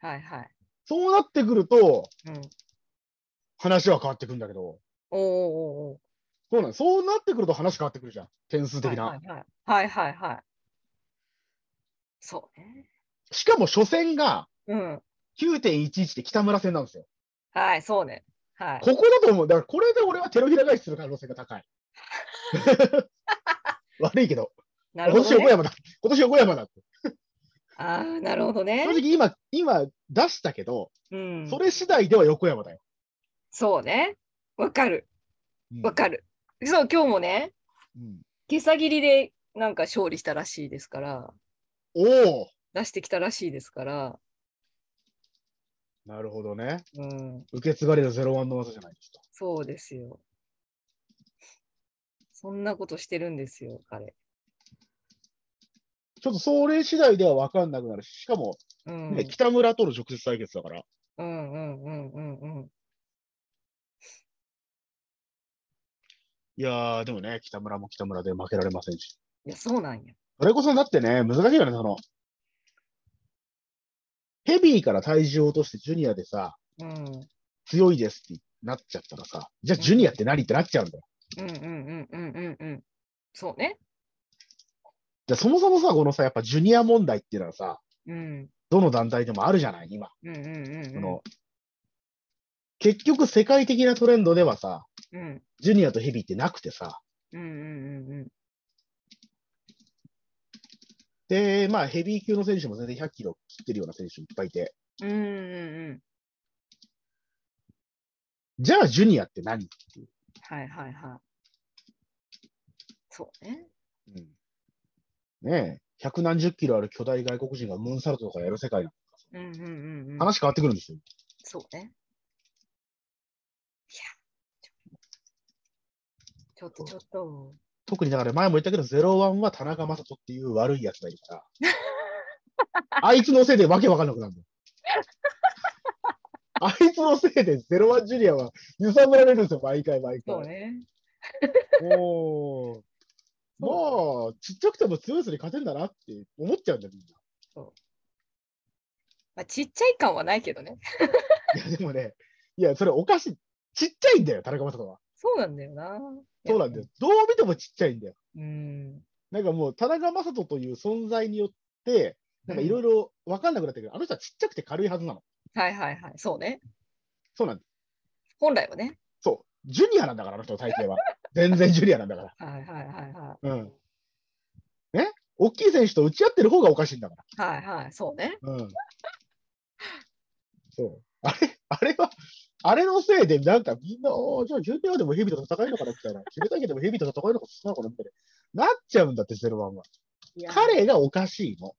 [SPEAKER 2] はいはい
[SPEAKER 3] そうなってくると、
[SPEAKER 2] うん
[SPEAKER 3] 話は変わってくんだけど。
[SPEAKER 2] おーおーおー
[SPEAKER 3] そうなんそうなってくると話変わってくるじゃん。点数的な。
[SPEAKER 2] はいはいはいはいはいはいそうね。
[SPEAKER 3] しかも初戦が
[SPEAKER 2] うん。
[SPEAKER 3] 9.11で北村戦なんですよ。
[SPEAKER 2] はい、そうね。はい。
[SPEAKER 3] ここだと思う。だからこれで俺はテロ平返しする可能性が高い。 悪いけど、
[SPEAKER 2] なる
[SPEAKER 3] 今
[SPEAKER 2] ほ
[SPEAKER 3] 年
[SPEAKER 2] ど、
[SPEAKER 3] 横
[SPEAKER 2] ね。
[SPEAKER 3] 山だ。今年横山だって。
[SPEAKER 2] ああ、なるほどね
[SPEAKER 3] 正。直今、今出したけど、
[SPEAKER 2] うん。
[SPEAKER 3] それ次第では横山だよ。
[SPEAKER 2] そうね。わかる。
[SPEAKER 3] うん
[SPEAKER 2] わかる。そう、今日もね、
[SPEAKER 3] うん
[SPEAKER 2] 今朝切りでなんか勝利したらしいですから、
[SPEAKER 3] おお
[SPEAKER 2] 出してきたらしいですから、
[SPEAKER 3] なるほどね。
[SPEAKER 2] うん、
[SPEAKER 3] 受け継がれるゼロワンの技じゃないですか。
[SPEAKER 2] そうですよ。そんなことしてるんですよ、彼。
[SPEAKER 3] ちょっとそれ次第では分かんなくなるし、しかも、
[SPEAKER 2] うん、
[SPEAKER 3] ね北村との直接対決だから、
[SPEAKER 2] うんうんうんうんうん。
[SPEAKER 3] いやー、でもね、北村も北村で負けられませんし。
[SPEAKER 2] いや、そうなんや。
[SPEAKER 3] それこそだってね、難しいよね、その、ヘビーから体重を落としてジュニアでさ、
[SPEAKER 2] うん。うん
[SPEAKER 3] 強いですってなっちゃったらさ、じゃあジュニアって何ってなっちゃうんだよ。
[SPEAKER 2] うんうんうんうんうん。そうね。
[SPEAKER 3] じゃあそもそもさ、このさ、やっぱジュニア問題っていうのはさ、
[SPEAKER 2] うん。
[SPEAKER 3] どの団体でもあるじゃない、今。
[SPEAKER 2] うんうんうん
[SPEAKER 3] その、結局世界的なトレンドではさ、
[SPEAKER 2] うん。うん
[SPEAKER 3] ジュニアとヘビーってなくてさ、
[SPEAKER 2] うんうんうん
[SPEAKER 3] で、まあヘビー級の選手も全然100キロ切ってるような選手いっぱいいて、
[SPEAKER 2] うん。うんうんうん。
[SPEAKER 3] じゃあジュニアって何っていう。
[SPEAKER 2] はいはいはい。そうね。
[SPEAKER 3] ねえ、百何十キロある巨大外国人がムーンサルトとかやる世界なの
[SPEAKER 2] うんうんうんうん。
[SPEAKER 3] 話変わってくるんですよ。
[SPEAKER 2] そうね。いや、ちょっとちょっと。
[SPEAKER 3] 特にだから前も言ったけど、ゼロワンは田中正人っていう悪いやつがいるから、あ いつのせいでわけわかんなくなるの。あいつのせいでゼロワンジュニアは揺さぶられるんですよ、毎回毎
[SPEAKER 2] そう
[SPEAKER 3] 回。
[SPEAKER 2] ね。
[SPEAKER 3] もう、まあ、ちっちゃくても強いやつに勝てんだなって思っちゃうんだよ、みんな。
[SPEAKER 2] まあ、ちっちゃい感はないけどね。
[SPEAKER 3] いや、でもね、いや、それおかしい。ちっちゃいんだよ、田中正人は。
[SPEAKER 2] そうなんだよな。
[SPEAKER 3] そうなんだよ。どう見てもちっちゃいんだよ。
[SPEAKER 2] うん。
[SPEAKER 3] なんかもう、田中正人という存在によって、なんかいろいろ分かんなくなってくる。あの人はちっちゃくて軽いはずなの。
[SPEAKER 2] はいはいはい。そうね。
[SPEAKER 3] そうなんです。
[SPEAKER 2] 本来はね。
[SPEAKER 3] そう。ジュニアなんだから、あの人の体 型は。全然ジュニアなんだか
[SPEAKER 2] はいはいはいは
[SPEAKER 3] ら。うん。ね大きい選手と打ち合ってる方がおかしいんだか
[SPEAKER 2] い。はいはい。そうね。
[SPEAKER 3] ら。うん。そう。あれ、あれは、あれのせいで、なんかみんな、おーじゃあジュニアでもヘビと戦えるのかなみたいな。決めたけどもヘビと戦えるのかなのかなみたいな。なっちゃうんだって、ゼロワンは。
[SPEAKER 2] いや
[SPEAKER 3] 彼がおかしいの。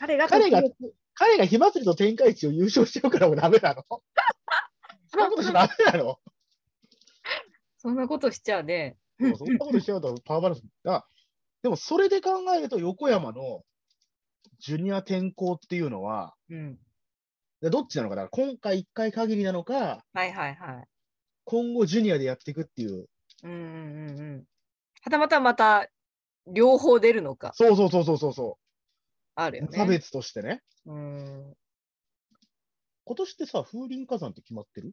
[SPEAKER 2] 彼が
[SPEAKER 3] 彼が
[SPEAKER 2] 時々
[SPEAKER 3] 彼が火祭りと天下一を優勝しちゃうからもうダ メなのそういうことしちゃダメなの
[SPEAKER 2] そんなことしちゃうね。
[SPEAKER 3] もうそんなことしちゃうとパワーバランス。だからでもそれで考えると横山のジュニア転向っていうのは、
[SPEAKER 2] うん。
[SPEAKER 3] でどっちなのかな今回1回限りなのか、
[SPEAKER 2] はいはいはい。
[SPEAKER 3] 今後ジュニアでやっていくっていう。
[SPEAKER 2] うんうんうんうん。はたまたまた両方出るのか。
[SPEAKER 3] そうそうそうそうそうそ
[SPEAKER 2] ある
[SPEAKER 3] う。
[SPEAKER 2] よ
[SPEAKER 3] 差
[SPEAKER 2] ね。
[SPEAKER 3] 別としてね。
[SPEAKER 2] うん。
[SPEAKER 3] 今年ってさ、風林火山って決まってる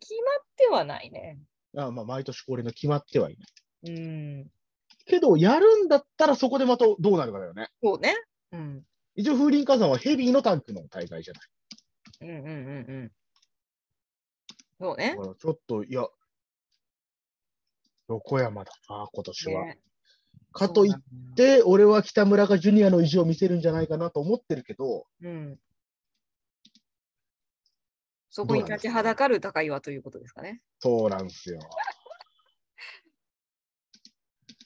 [SPEAKER 2] 決まってはないね。
[SPEAKER 3] あまあ、毎年恒例の決まってはいない。
[SPEAKER 2] うん。
[SPEAKER 3] けど、やるんだったらそこでまたどうなるかだよね。
[SPEAKER 2] そうね。うん。
[SPEAKER 3] 一応、風林火山はヘビーのタンクの大会じゃない。
[SPEAKER 2] うんうんうんうん。そうね
[SPEAKER 3] だ。からちょっと、いや、横山だな、今年は。
[SPEAKER 2] ね
[SPEAKER 3] かといっ、て、俺は北村がジュニアの意地を見せるんじゃないかなと思ってるけど、
[SPEAKER 2] そうなんだうん。そこに立ちはだかる高岩ということですかね。
[SPEAKER 3] そうなんですよ。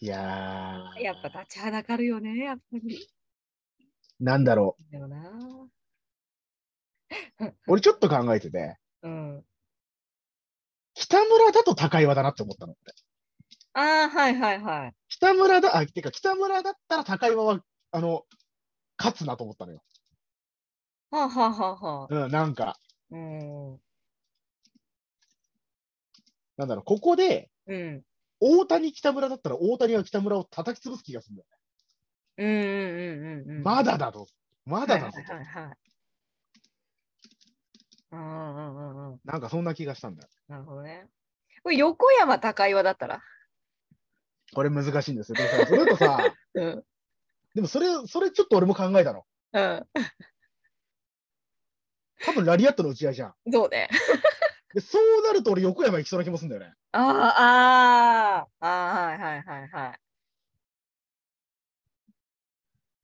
[SPEAKER 3] いやー、
[SPEAKER 2] やっぱ立ちはだかるよね、やっぱり。
[SPEAKER 3] なんだろ
[SPEAKER 2] だよな。
[SPEAKER 3] う。俺ちょっと考えてて、
[SPEAKER 2] うん。
[SPEAKER 3] 北村だと高岩だなって思ったの。
[SPEAKER 2] ああ、はいはいはい。
[SPEAKER 3] 北村だ、あ、てか北村だったら高岩は、あの、勝つなと思ったのよ。
[SPEAKER 2] はあ、はあはあはあ、
[SPEAKER 3] うん、なんか、
[SPEAKER 2] うん。
[SPEAKER 3] なんだろう、ここで、
[SPEAKER 2] うん。
[SPEAKER 3] 大谷北村だったら大谷は北村を叩き潰す気がするんだよ。
[SPEAKER 2] うんうんうんうんうん。
[SPEAKER 3] まだだと。まだだ
[SPEAKER 2] はい
[SPEAKER 3] と。
[SPEAKER 2] はいはいはい。うんうんうんうん。
[SPEAKER 3] なんかそんな気がしたんだよ。
[SPEAKER 2] なるほどね。これ横山高岩だったら。
[SPEAKER 3] これ難しいんですよ。でもさそれとさ、
[SPEAKER 2] うん。
[SPEAKER 3] でもそれ、それちょっと俺も考えたの。
[SPEAKER 2] うん。
[SPEAKER 3] 多分ラリアットの打ち合いじゃん。
[SPEAKER 2] そうね。
[SPEAKER 3] で、そうなると俺横山行きそうな気もするんだよね。
[SPEAKER 2] ああ、ああ、ああ、はいはいはいはい。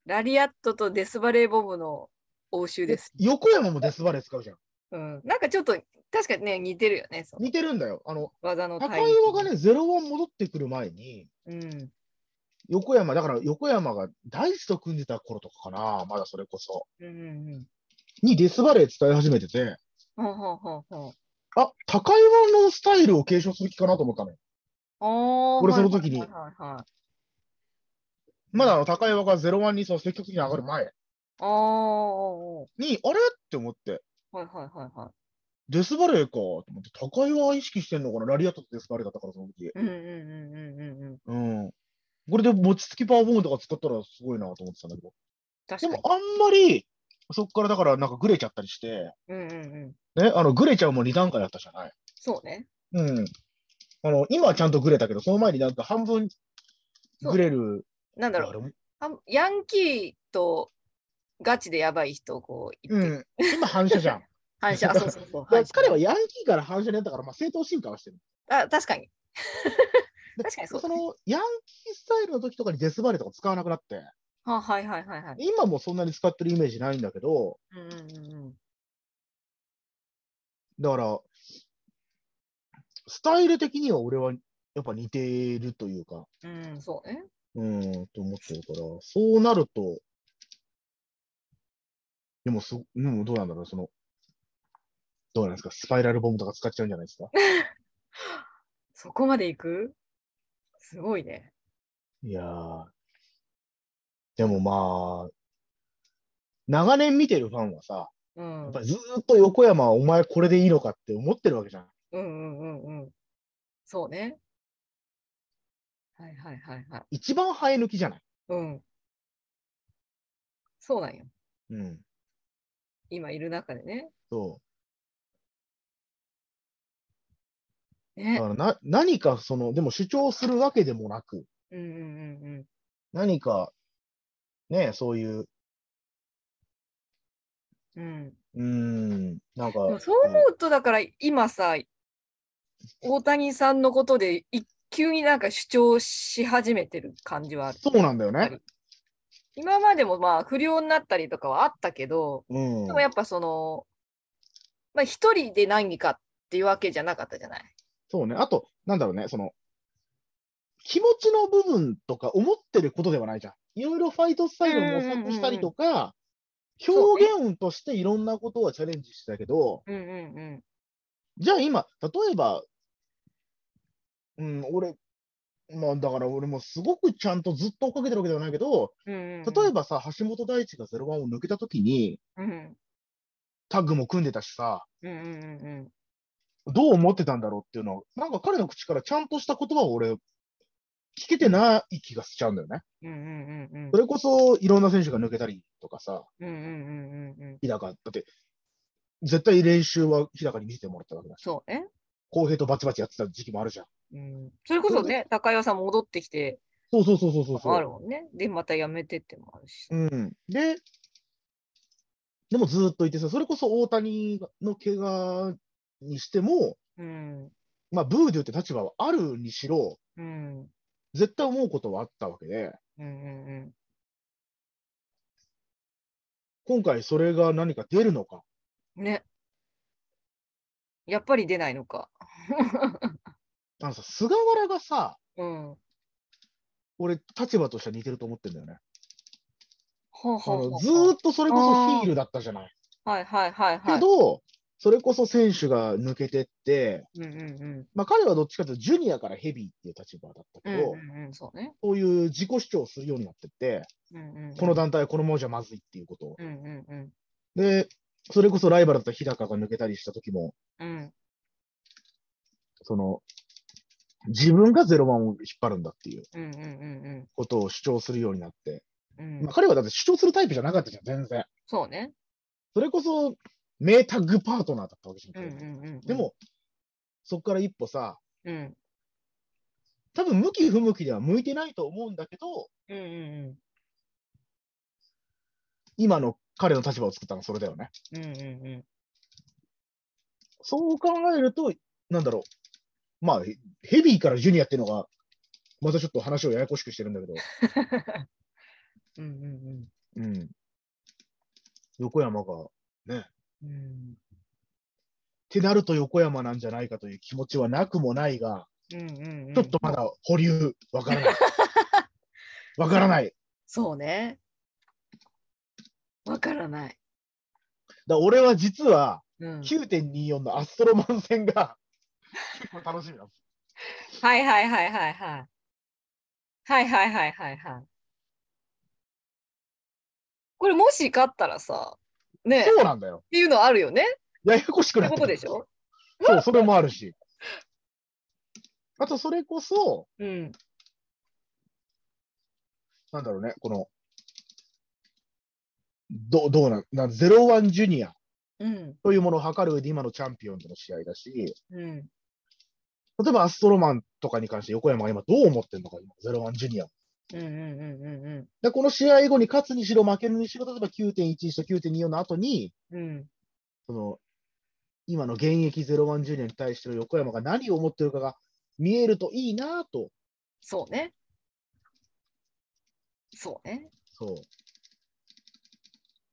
[SPEAKER 2] ラリアットとデスバレーボムの応酬です。
[SPEAKER 3] 横山もデスバレー使うじゃん。
[SPEAKER 2] うん。なんかちょっと、確かにね、似てるよね、その
[SPEAKER 3] 似てるんだよ。あの、
[SPEAKER 2] 技の
[SPEAKER 3] 高
[SPEAKER 2] 対
[SPEAKER 3] 岩がね、ゼロワン戻ってくる前に、
[SPEAKER 2] うん。
[SPEAKER 3] 横山、だから横山がダイスと組んでた頃とかかな、まだそれこそ。
[SPEAKER 2] うんうんうん。
[SPEAKER 3] にデスバレー伝え始めてて、
[SPEAKER 2] ほうほうほうほう。
[SPEAKER 3] あ、高岩のスタイルを継承する気かなと思ったのよ。
[SPEAKER 2] おー
[SPEAKER 3] 俺その時に
[SPEAKER 2] はいはいはいはい。
[SPEAKER 3] まだあの高岩がゼロワンにその積極的に上がる前
[SPEAKER 2] おーお
[SPEAKER 3] に、あれって思って、
[SPEAKER 2] ーおーはいはいはいは
[SPEAKER 3] デスバレーかと思って、高岩意識してんのかな、ラリアットとデスバレーだったから、その時。
[SPEAKER 2] い。うんうんうんうんうんうん。
[SPEAKER 3] うん。これで餅つきパワーボムとか使ったらすごいなと思ってたんだけど。で
[SPEAKER 2] 確か
[SPEAKER 3] も
[SPEAKER 2] に。
[SPEAKER 3] あんまり、そっからだからなんかグレちゃったりして、
[SPEAKER 2] うんうんうん。
[SPEAKER 3] ね、あの、グレちゃうも2段階だったじゃない。
[SPEAKER 2] そうね。
[SPEAKER 3] うん。あの、今はちゃんとグレたけど、その前になんか半分
[SPEAKER 2] そう
[SPEAKER 3] グレる。
[SPEAKER 2] なんだろう
[SPEAKER 3] あ。れも
[SPEAKER 2] あんヤンキーとガチでやばい人をこう言
[SPEAKER 3] う
[SPEAKER 2] って、
[SPEAKER 3] ん。今 反射じゃん。
[SPEAKER 2] 反射、あ、そうそう そう。
[SPEAKER 3] だ
[SPEAKER 2] 反射
[SPEAKER 3] 彼はヤンキーから反射になったから、まあ、正当進化はしてる。
[SPEAKER 2] あ確かに。
[SPEAKER 3] で
[SPEAKER 2] 確かにそうだ
[SPEAKER 3] その、ヤンキースタイルの時とかにデスバレーとか使わなくなって、
[SPEAKER 2] ははいはいはいはい。
[SPEAKER 3] 今もそんなに使ってるイメージないんだけど、
[SPEAKER 2] うんうんうんうん。
[SPEAKER 3] だから、スタイル的には俺はやっぱ似てるというか、
[SPEAKER 2] うん、そうね。
[SPEAKER 3] うん、と思ってるから、そうなると、でもす、うん、どうなんだろう、その、どうなんですか、スパイラルボムとか使っちゃうんじゃないですか。
[SPEAKER 2] そこまで行くすごいね。
[SPEAKER 3] いやー、でもまあ、長年見てるファンはさ、
[SPEAKER 2] うん。
[SPEAKER 3] や
[SPEAKER 2] う
[SPEAKER 3] っ
[SPEAKER 2] ん
[SPEAKER 3] ぱりずーっと横山はお前これでいいのかって思ってるわけじゃん。
[SPEAKER 2] うんうんうん。そうね。はいはいはいはい。
[SPEAKER 3] 一番生え抜きじゃない。
[SPEAKER 2] うん。そうなんよ。
[SPEAKER 3] うん。
[SPEAKER 2] 今いる中でね。
[SPEAKER 3] そう。だ
[SPEAKER 2] ね。
[SPEAKER 3] からな何かその、でも主張するわけでもなく、
[SPEAKER 2] うんうんうんうん。
[SPEAKER 3] 何か、ね、そういう、
[SPEAKER 2] うん、
[SPEAKER 3] うーん、なんか
[SPEAKER 2] でも、そう思うとだから今さ大谷さんのことで一級になんか主張し始めてる感じはある
[SPEAKER 3] そうなんだよね。
[SPEAKER 2] 今までもまあ不良になったりとかはあったけど
[SPEAKER 3] うん
[SPEAKER 2] でもやっぱそのまあ一人で何かっていうわけじゃなかったじゃない。
[SPEAKER 3] そうね。あと、なんだろうね、その、気持ちの部分とか思ってることではないじゃん。いろいろファイトスタイルを模索したりとか、
[SPEAKER 2] うんうんうん
[SPEAKER 3] 表現としていろんなことはチャレンジしてたけど、
[SPEAKER 2] うんうんうん
[SPEAKER 3] じゃあ今、例えば、うん、俺、まあだから俺もすごくちゃんとずっと追っかけてるわけではないけど、
[SPEAKER 2] うんうんうん、
[SPEAKER 3] 例えばさ、橋本大地がゼロワンを抜けたときに、
[SPEAKER 2] うん
[SPEAKER 3] タッグも組んでたしさ、
[SPEAKER 2] うんうんうん
[SPEAKER 3] どう思ってたんだろうっていうのは、なんか彼の口からちゃんとした言葉を俺、聞けてない気がしちゃうんだよね。
[SPEAKER 2] うんうんうんうんうん
[SPEAKER 3] それこそ、いろんな選手が抜けたりとかさ、
[SPEAKER 2] うんうんうんうん
[SPEAKER 3] 日高、だって、絶対練習は日高に見せてもらったわけだし、
[SPEAKER 2] そうね。
[SPEAKER 3] 公平とバチバチやってた時期もあるじゃん。
[SPEAKER 2] うん、それこそね高岩さん戻ってきて
[SPEAKER 3] そうそうそうそうそうそう。
[SPEAKER 2] あるもんね。でまた辞めてってもあるし。
[SPEAKER 3] うん。で、でもずーっといてさ、それこそ大谷の怪我にしても、
[SPEAKER 2] うん
[SPEAKER 3] まあ、ブーデューって立場はあるにしろ、
[SPEAKER 2] うん
[SPEAKER 3] 絶対思うことはあったわけで、
[SPEAKER 2] うんうん
[SPEAKER 3] 今回それが何か出るのか。
[SPEAKER 2] うん。ね。やっぱり出ないのか。
[SPEAKER 3] あのさ、菅原がさ、
[SPEAKER 2] うん。は
[SPEAKER 3] 俺、立場としては似てると思ってんだよね。
[SPEAKER 2] あは
[SPEAKER 3] あ
[SPEAKER 2] あは
[SPEAKER 3] の
[SPEAKER 2] あ
[SPEAKER 3] ずーっとそれこそヒールだったじゃない。
[SPEAKER 2] はいはいはいは
[SPEAKER 3] け
[SPEAKER 2] い。
[SPEAKER 3] ど、それこそ選手が抜けてって、
[SPEAKER 2] うんうんうん。
[SPEAKER 3] まあ、彼はどっちかというと、ジュニアからヘビーっていう立場だった
[SPEAKER 2] う
[SPEAKER 3] け
[SPEAKER 2] ん
[SPEAKER 3] ど、
[SPEAKER 2] うんうん、そうね。
[SPEAKER 3] そういう自己主張をするようになってって、
[SPEAKER 2] うんうんうん、
[SPEAKER 3] この団体はこのままじゃまずいっていうことを。
[SPEAKER 2] うんうん
[SPEAKER 3] で、それこそライバルだった日高が抜けたりした時も、
[SPEAKER 2] うん。うん
[SPEAKER 3] その、自分がゼロワンを引っ張るんだっていう
[SPEAKER 2] うんうん
[SPEAKER 3] ことを主張するようになって、
[SPEAKER 2] うんうん
[SPEAKER 3] まあ、。彼はだって主張するタイプじゃなかったじゃん、全然。
[SPEAKER 2] そうね。
[SPEAKER 3] それこそ、名タッグパートナーだったわけじゃ
[SPEAKER 2] うん
[SPEAKER 3] ん。
[SPEAKER 2] うんうんうん。
[SPEAKER 3] で、も、そこから一歩さ、
[SPEAKER 2] うん
[SPEAKER 3] 多分向き不向きでは向いてないと思うんだけど、
[SPEAKER 2] うんうんうん。
[SPEAKER 3] 今の彼の立場を作ったのはそれだよね。
[SPEAKER 2] うんうんうん。
[SPEAKER 3] そう考えると、なんだろう。まあ、ヘヘビーからジュニアっていうのが、またちょっと話をややこしくしてる んだけど、
[SPEAKER 2] うんうん
[SPEAKER 3] うん。横山が、ね。っ
[SPEAKER 2] うん。うん
[SPEAKER 3] てなると横山なんじゃないかという気持ちはなくもないが、
[SPEAKER 2] うんうんうん
[SPEAKER 3] ちょっとまだ保留、わか らない。わからない。
[SPEAKER 2] そうね。わからない。
[SPEAKER 3] だ俺は実は、
[SPEAKER 2] うん、
[SPEAKER 3] 9.24のアストロマン戦 が、結構楽しみなんです。
[SPEAKER 2] はいはいはいはいはい。はいはいはいはいはい。これもし勝ったらさ、ね、っ
[SPEAKER 3] そうなんだよ。
[SPEAKER 2] ていうのあるよね。
[SPEAKER 3] ややこしく
[SPEAKER 2] っ
[SPEAKER 3] な
[SPEAKER 2] て
[SPEAKER 3] っ
[SPEAKER 2] こ
[SPEAKER 3] て
[SPEAKER 2] とで
[SPEAKER 3] くる
[SPEAKER 2] しょ
[SPEAKER 3] そう、それもあるし。あと、それこそ、
[SPEAKER 2] うん。
[SPEAKER 3] なんだろうね、この、どどうなん、なん01ジュニア
[SPEAKER 2] うん。
[SPEAKER 3] というものを測る上で今のチャンピオンとの試合だし、例
[SPEAKER 2] うん。
[SPEAKER 3] えばアストロマンとかに関して横山が今どう思ってるのか、今、01ジュニア。
[SPEAKER 2] うんうんうんう
[SPEAKER 3] で、この試合後に勝つにしろ負けるにしろ、例えば9.11と9.24の後に、
[SPEAKER 2] んうん。うん。
[SPEAKER 3] その、今の現役01ジュニアに対しての横山が何を思ってるかが見えるといいなぁと、
[SPEAKER 2] そうね。そうね。
[SPEAKER 3] そう、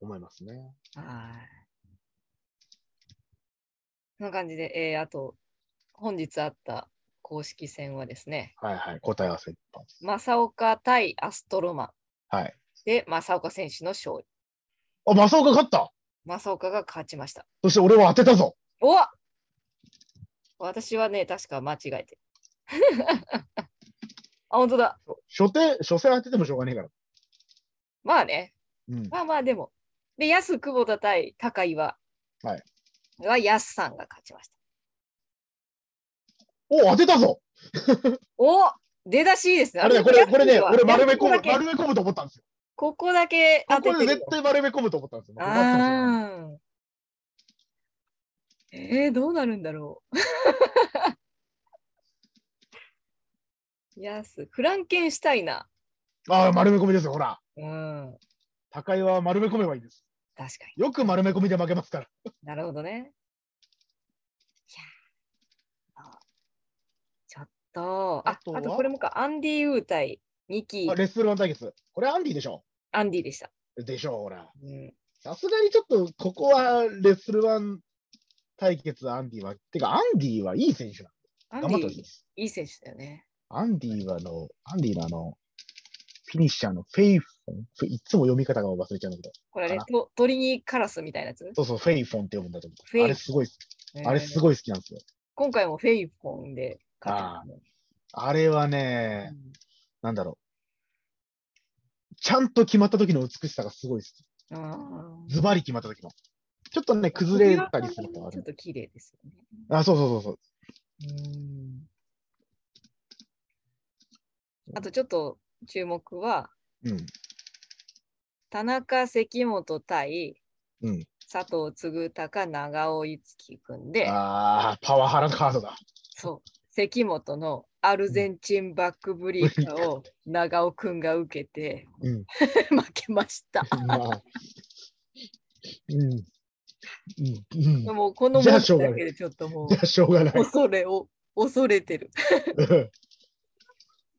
[SPEAKER 3] 思いますね。
[SPEAKER 2] はい。そんな感じで、えー、あと、本日あった公式戦はですね、
[SPEAKER 3] はいはい、答え合わせ一発。
[SPEAKER 2] 正岡対アストロマン
[SPEAKER 3] はい。
[SPEAKER 2] で正岡選手の勝利。
[SPEAKER 3] あ、正岡勝った
[SPEAKER 2] 正岡が勝ちました。
[SPEAKER 3] そして俺は当てたぞ
[SPEAKER 2] お私はね、確か間違えてる。 あ、本当だ。
[SPEAKER 3] 初手、初戦当ててもしょうがねえから。
[SPEAKER 2] まあね。
[SPEAKER 3] うん。
[SPEAKER 2] まあまあでも。で、安久保田対高岩
[SPEAKER 3] はい
[SPEAKER 2] は安さんが勝ちました。
[SPEAKER 3] お、当てたぞ
[SPEAKER 2] お出だしいいですね。
[SPEAKER 3] あれね、これ、これね、
[SPEAKER 2] 安久保田は
[SPEAKER 3] 俺丸め込
[SPEAKER 2] ここだ
[SPEAKER 3] む、
[SPEAKER 2] け
[SPEAKER 3] 丸め込むと思ったんですよ。
[SPEAKER 2] ここだけ当
[SPEAKER 3] こ
[SPEAKER 2] て
[SPEAKER 3] れ
[SPEAKER 2] て
[SPEAKER 3] で
[SPEAKER 2] るよ
[SPEAKER 3] 絶対丸め込むと思ったんですよ。
[SPEAKER 2] あーえー、どう なるんだろう。やす、フランケンシュタイナ
[SPEAKER 3] ああ、丸め込みですよ、ほら。
[SPEAKER 2] ー。うん、
[SPEAKER 3] 高井は丸め込めばいいです。
[SPEAKER 2] 確か
[SPEAKER 3] よく丸め込みで負けますから。
[SPEAKER 2] になるほどね。いやーあちょっと、あ
[SPEAKER 3] あと
[SPEAKER 2] あ
[SPEAKER 3] は
[SPEAKER 2] とこれもか、アンディ・ウー対ニキ
[SPEAKER 3] あ、レッスルマン対決。これアンディでしょ
[SPEAKER 2] アンディでした。
[SPEAKER 3] でしょ、ほら。
[SPEAKER 2] うん、
[SPEAKER 3] さすがにちょっと、ここはレッスルマン対決、アンディは。てか、アンディはいい選手な
[SPEAKER 2] ア
[SPEAKER 3] の。
[SPEAKER 2] ン
[SPEAKER 3] 頑
[SPEAKER 2] デ
[SPEAKER 3] 張
[SPEAKER 2] ィ
[SPEAKER 3] ってほしいです。
[SPEAKER 2] いい選手だよね。
[SPEAKER 3] アンディはあの、アンディのあの、フィニッシャーのフェイフォンフェいつも読み方が忘れちゃうんだけ
[SPEAKER 2] これあれ
[SPEAKER 3] かな、
[SPEAKER 2] と鳥にカラスみたいなやつ、
[SPEAKER 3] ど。そうそう、フェイフォンって読むんだと思
[SPEAKER 2] フェイ
[SPEAKER 3] う。あれすごい、あれす
[SPEAKER 2] い。
[SPEAKER 3] ごい好きなんですよ。
[SPEAKER 2] 今回もフェイフォンで勝ったんだよね
[SPEAKER 3] あれは
[SPEAKER 2] う
[SPEAKER 3] ね、
[SPEAKER 2] ん
[SPEAKER 3] なんだろう。ちゃんと決まった時の美しさがすごい好き。
[SPEAKER 2] あ
[SPEAKER 3] ズバリ決まった時の。ちょっとね、崩れたりするとあ
[SPEAKER 2] ちょっと
[SPEAKER 3] る。
[SPEAKER 2] 綺麗ですよね。
[SPEAKER 3] あ、そうそうそうそう。
[SPEAKER 2] あとちょっと注目は、
[SPEAKER 3] うん。
[SPEAKER 2] 田中関本対
[SPEAKER 3] うん。
[SPEAKER 2] 佐藤嗣高長尾樹君で、
[SPEAKER 3] ああ、パワハラカードだ。
[SPEAKER 2] そう、関本のアルゼンチンバックブリーカーを長尾君が受けて、
[SPEAKER 3] うん。
[SPEAKER 2] 負けました。
[SPEAKER 3] まあ。うん。うん。うん。じ
[SPEAKER 2] もうこの
[SPEAKER 3] じゃあ
[SPEAKER 2] 文
[SPEAKER 3] しょ
[SPEAKER 2] 字
[SPEAKER 3] うがな
[SPEAKER 2] だ
[SPEAKER 3] い
[SPEAKER 2] けでちょっとも
[SPEAKER 3] ゃあ、しょうがな
[SPEAKER 2] う
[SPEAKER 3] い。
[SPEAKER 2] 恐れを恐れてるっ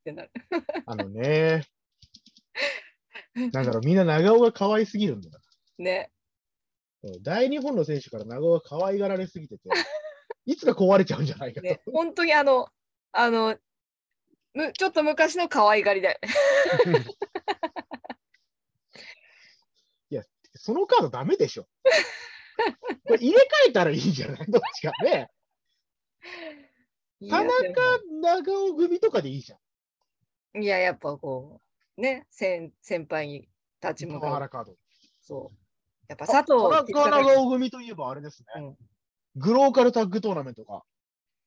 [SPEAKER 2] てなる。
[SPEAKER 3] あのね、なんだろう、みんな長尾が可愛すぎるんだよ
[SPEAKER 2] ね。
[SPEAKER 3] うん大日本の選手から長尾が可愛がられす ぎてて、いつか壊れちゃうんじゃないかと。
[SPEAKER 2] ね、本当にあの、あの、むちょっと昔の可愛がりだよね。
[SPEAKER 3] そのカードダメ でしょ。これ入れ替えたらいいんじゃないどっちかね。田中
[SPEAKER 2] いやでも
[SPEAKER 3] 長尾組とかでいいじゃん。
[SPEAKER 2] いや、やっぱこう、ね、先先輩に立ち向
[SPEAKER 3] パワハ
[SPEAKER 2] かう。
[SPEAKER 3] ラカード。
[SPEAKER 2] そう。やっぱ佐藤
[SPEAKER 3] 田
[SPEAKER 2] 哲也
[SPEAKER 3] 中
[SPEAKER 2] が
[SPEAKER 3] 長尾組といえばあれですね。
[SPEAKER 2] うん
[SPEAKER 3] グローカルタッグトーナメントか。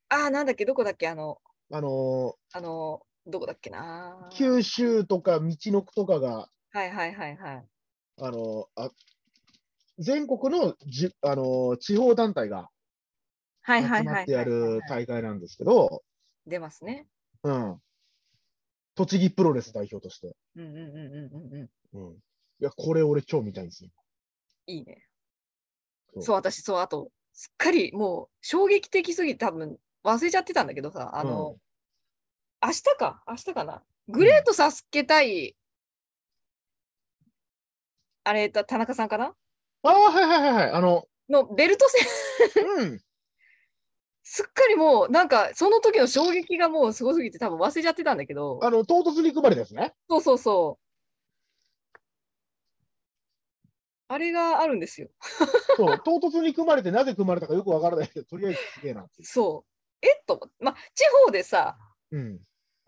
[SPEAKER 2] あー、なんだっけ、どこだっけ、あの、
[SPEAKER 3] あの
[SPEAKER 2] あの、どこだっけな
[SPEAKER 3] ー。九州とか道のくとかが
[SPEAKER 2] はいはいはいはい。
[SPEAKER 3] あの、あ全国のじゅ、あの地方団体が
[SPEAKER 2] はい
[SPEAKER 3] 集
[SPEAKER 2] はい
[SPEAKER 3] ま
[SPEAKER 2] は
[SPEAKER 3] っ
[SPEAKER 2] い
[SPEAKER 3] てや
[SPEAKER 2] はい
[SPEAKER 3] る。大会なんですけど、
[SPEAKER 2] 出ますね。
[SPEAKER 3] うん。栃木プロレス代表として、
[SPEAKER 2] うんうんうんうんうんうん。
[SPEAKER 3] うん、いや、これ俺今日見たいんですよ。
[SPEAKER 2] いいね。
[SPEAKER 3] そう
[SPEAKER 2] そう、私、そう、あと、すっかりもう衝撃的すぎて多分忘れちゃってたんだけどさ、あの、明日か、明日かな。グレートサスケ対、あれ、た田中さんかな
[SPEAKER 3] ああ、はいはいはいはい。あの、
[SPEAKER 2] のベルト戦、
[SPEAKER 3] うん。
[SPEAKER 2] すっかりもう、なんか、その時の衝撃がもうすごすぎて多分忘れちゃってたんだけど、
[SPEAKER 3] あの、唐突に配りですね。
[SPEAKER 2] そうそうそう。あれがあるんですよ。
[SPEAKER 3] そう、唐突に組まれてなぜ組まれたかよくわからないけど、とりあえずすげえなってい
[SPEAKER 2] そう。えっと思って、まあ、地方でさ、
[SPEAKER 3] う。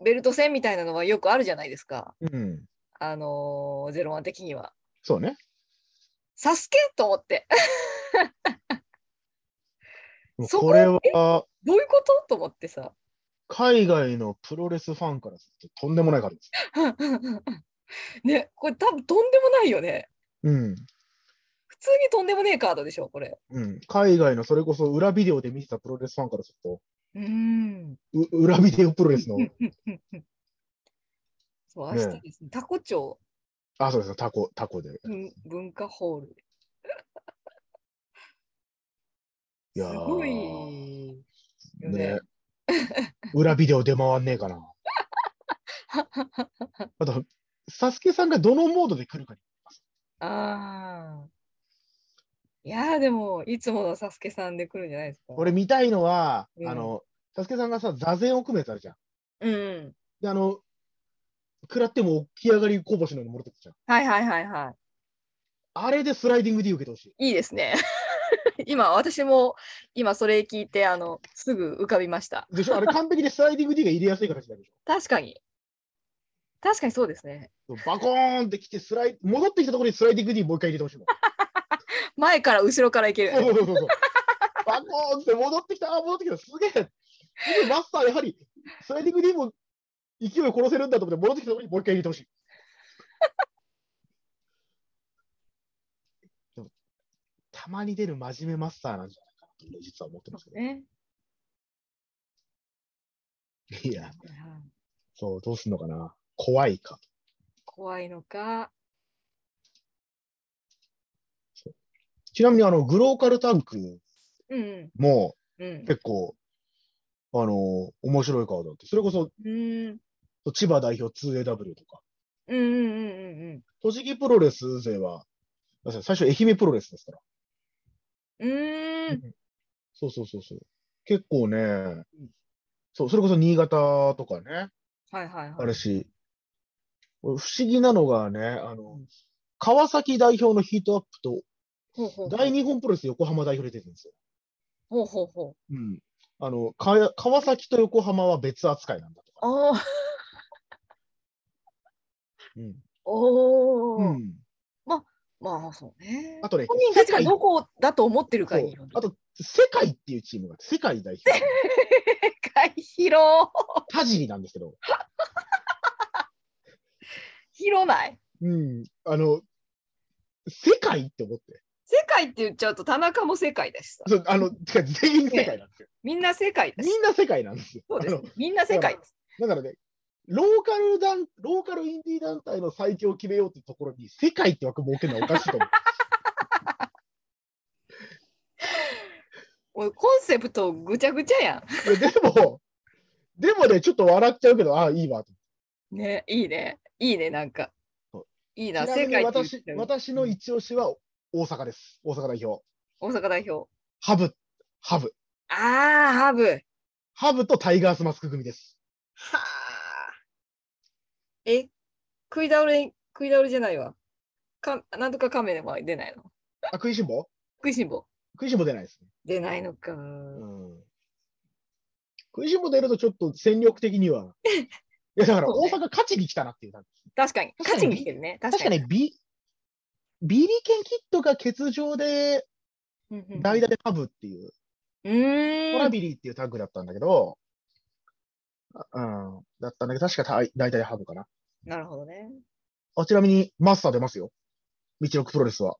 [SPEAKER 2] ベルト戦みたいなのはよくあるじゃないですか。
[SPEAKER 3] うん。うん。
[SPEAKER 2] あのーゼロワン的には。
[SPEAKER 3] そうね。
[SPEAKER 2] サスケと思って、
[SPEAKER 3] もう
[SPEAKER 2] そこ
[SPEAKER 3] これは、
[SPEAKER 2] どういうことと思ってさ。
[SPEAKER 3] 海外のプロレスファンからするととんでもないからです。
[SPEAKER 2] ね、これ多分とんでもないよね。
[SPEAKER 3] うん。
[SPEAKER 2] 普通にとんでもねえカードでしょ、これ。
[SPEAKER 3] うん。海外のそれこそ裏ビデオで見てたプロレスファンからすると、
[SPEAKER 2] うーん。
[SPEAKER 3] う裏ビデオプロレスの、
[SPEAKER 2] そう、明
[SPEAKER 3] ね
[SPEAKER 2] 日ですね。タコ町
[SPEAKER 3] あ、そうですタコ、タコで。
[SPEAKER 2] 文文化ホールで。
[SPEAKER 3] いやー
[SPEAKER 2] すごいよね
[SPEAKER 3] ね。裏ビデオ出回んねえかな。 あと、サスケさんがどのモードで来るかに。
[SPEAKER 2] ああ。いやーでも、いつものサスケさんで来るんじゃないですか。
[SPEAKER 3] 俺見たいのは、
[SPEAKER 2] うん
[SPEAKER 3] あの、サスケさんがさ、座禅を組むやつあるじゃん。
[SPEAKER 2] うん。
[SPEAKER 3] で、あの、食らっても起き上がりこぼしのように戻ってくるじゃん。
[SPEAKER 2] はいはいはいは
[SPEAKER 3] あれでスライディング D 受けてほしい。
[SPEAKER 2] い。いいですね。 今、私も、今それ聞いて、あの、すぐ浮かびました。
[SPEAKER 3] でしょあれ完璧でスライディング D が入れやすい形だでしょ
[SPEAKER 2] 確かに。確かにそうですね。
[SPEAKER 3] そうバコーンってきてスライ、戻ってきたところにスライディング D もう一回入れてほしいもん。
[SPEAKER 2] 前から後ろからいけるよね。
[SPEAKER 3] そうそうそうそう。バコーンって戻ってきた、あー戻ってきた、すげえ。すごいマスター、やはりスライディング D も勢いを殺せるんだと思って戻ってきたところにもう一回入れてほしい。でもたまに出る真面目マスターなんじゃないかなって実は思ってますけ
[SPEAKER 2] ね。
[SPEAKER 3] ど。いや、そう、どうすんのかな。怖いか。
[SPEAKER 2] 怖いのか。
[SPEAKER 3] ちなみに、あの、グローカルタンク
[SPEAKER 2] うん
[SPEAKER 3] も
[SPEAKER 2] うん。うん
[SPEAKER 3] 結構、あの、面白いカードだって。それこそ、
[SPEAKER 2] うん。
[SPEAKER 3] 千葉代表 2AW とか、
[SPEAKER 2] うんうんうん
[SPEAKER 3] 栃木プロレス勢は、なんか最初愛媛プロレスですから。
[SPEAKER 2] うんうん。うーん。
[SPEAKER 3] そうそうそうそう。結構ね、そう、それこそ新潟とかね、
[SPEAKER 2] はいはい
[SPEAKER 3] あ
[SPEAKER 2] はい。
[SPEAKER 3] るし、俺不思議なのがね、あの、川崎代表のヒートアップと、
[SPEAKER 2] ほうほうほう
[SPEAKER 3] 大日本プロレス横浜代表で出てるんですよ。
[SPEAKER 2] ほうほうほう。
[SPEAKER 3] うん。あの、かや川崎と横浜は別扱いなんだとか。
[SPEAKER 2] ああ。
[SPEAKER 3] うん。
[SPEAKER 2] おお、
[SPEAKER 3] うん、
[SPEAKER 2] まあそうね。
[SPEAKER 3] あとね
[SPEAKER 2] 本人たちが
[SPEAKER 3] 世界
[SPEAKER 2] どこだと思ってるかに
[SPEAKER 3] そ
[SPEAKER 2] よ
[SPEAKER 3] う
[SPEAKER 2] る。
[SPEAKER 3] あと、世界っていうチームが、世界代表。
[SPEAKER 2] 世界広
[SPEAKER 3] 田尻なんですけど、
[SPEAKER 2] 広ない。
[SPEAKER 3] うん。あの、世界って思って。
[SPEAKER 2] 世界って言っちゃうと田中も世界だしさ。
[SPEAKER 3] そうあの、てか全員世界なんですよ。
[SPEAKER 2] みんな世界だし
[SPEAKER 3] み。んな世界なんですよ。
[SPEAKER 2] そうです
[SPEAKER 3] あの
[SPEAKER 2] みんな世界です。
[SPEAKER 3] だからね、ローカル団、ローカルインディー団体の最強を決めようってところに、世界って枠設けるのはおかしいと思う。
[SPEAKER 2] おいコンセプトぐちゃぐちゃや
[SPEAKER 3] いやでも、でもね、ちょっと笑っちゃうけど、ああ、いいわと。
[SPEAKER 2] ん。ね、いいね。いいね、なんか
[SPEAKER 3] そう。
[SPEAKER 2] いい
[SPEAKER 3] ち
[SPEAKER 2] な、
[SPEAKER 3] な
[SPEAKER 2] 世
[SPEAKER 3] み
[SPEAKER 2] 界
[SPEAKER 3] に
[SPEAKER 2] って言っ
[SPEAKER 3] 私
[SPEAKER 2] ちゃう
[SPEAKER 3] 私の一押しは大阪です。大阪代表。
[SPEAKER 2] 大阪代表。
[SPEAKER 3] ハブ、ハブ。
[SPEAKER 2] ああ、ハブ。
[SPEAKER 3] ハブとタイガースマスク組です。
[SPEAKER 2] はあ。え、食い倒れ、食い倒れじゃないわ。かなんとかカメラは出ないの。
[SPEAKER 3] あ、食いしん坊
[SPEAKER 2] 食いしん坊。
[SPEAKER 3] 食いしん坊出ないですね。
[SPEAKER 2] 出ないのか。
[SPEAKER 3] うん食いしん坊出るとちょっと戦力的に は。いや、だから
[SPEAKER 2] そう
[SPEAKER 3] 大
[SPEAKER 2] ね
[SPEAKER 3] 阪勝ちに来たなっていう感じ。
[SPEAKER 2] 確かに。
[SPEAKER 3] 確かに
[SPEAKER 2] 勝ちに来てるね。確
[SPEAKER 3] 確
[SPEAKER 2] か
[SPEAKER 3] か
[SPEAKER 2] に。
[SPEAKER 3] にビ、ビリケンキットが欠場で
[SPEAKER 2] うんうん
[SPEAKER 3] 代打でハブっていう、
[SPEAKER 2] うー
[SPEAKER 3] ト
[SPEAKER 2] ん
[SPEAKER 3] ラビリーっていうタッグだったんだけど、あうん、だったんだけど、確か代代打でハブかな。
[SPEAKER 2] なるほどね。
[SPEAKER 3] あ、ちなみにマスター出ますよ。道のくプロレスは。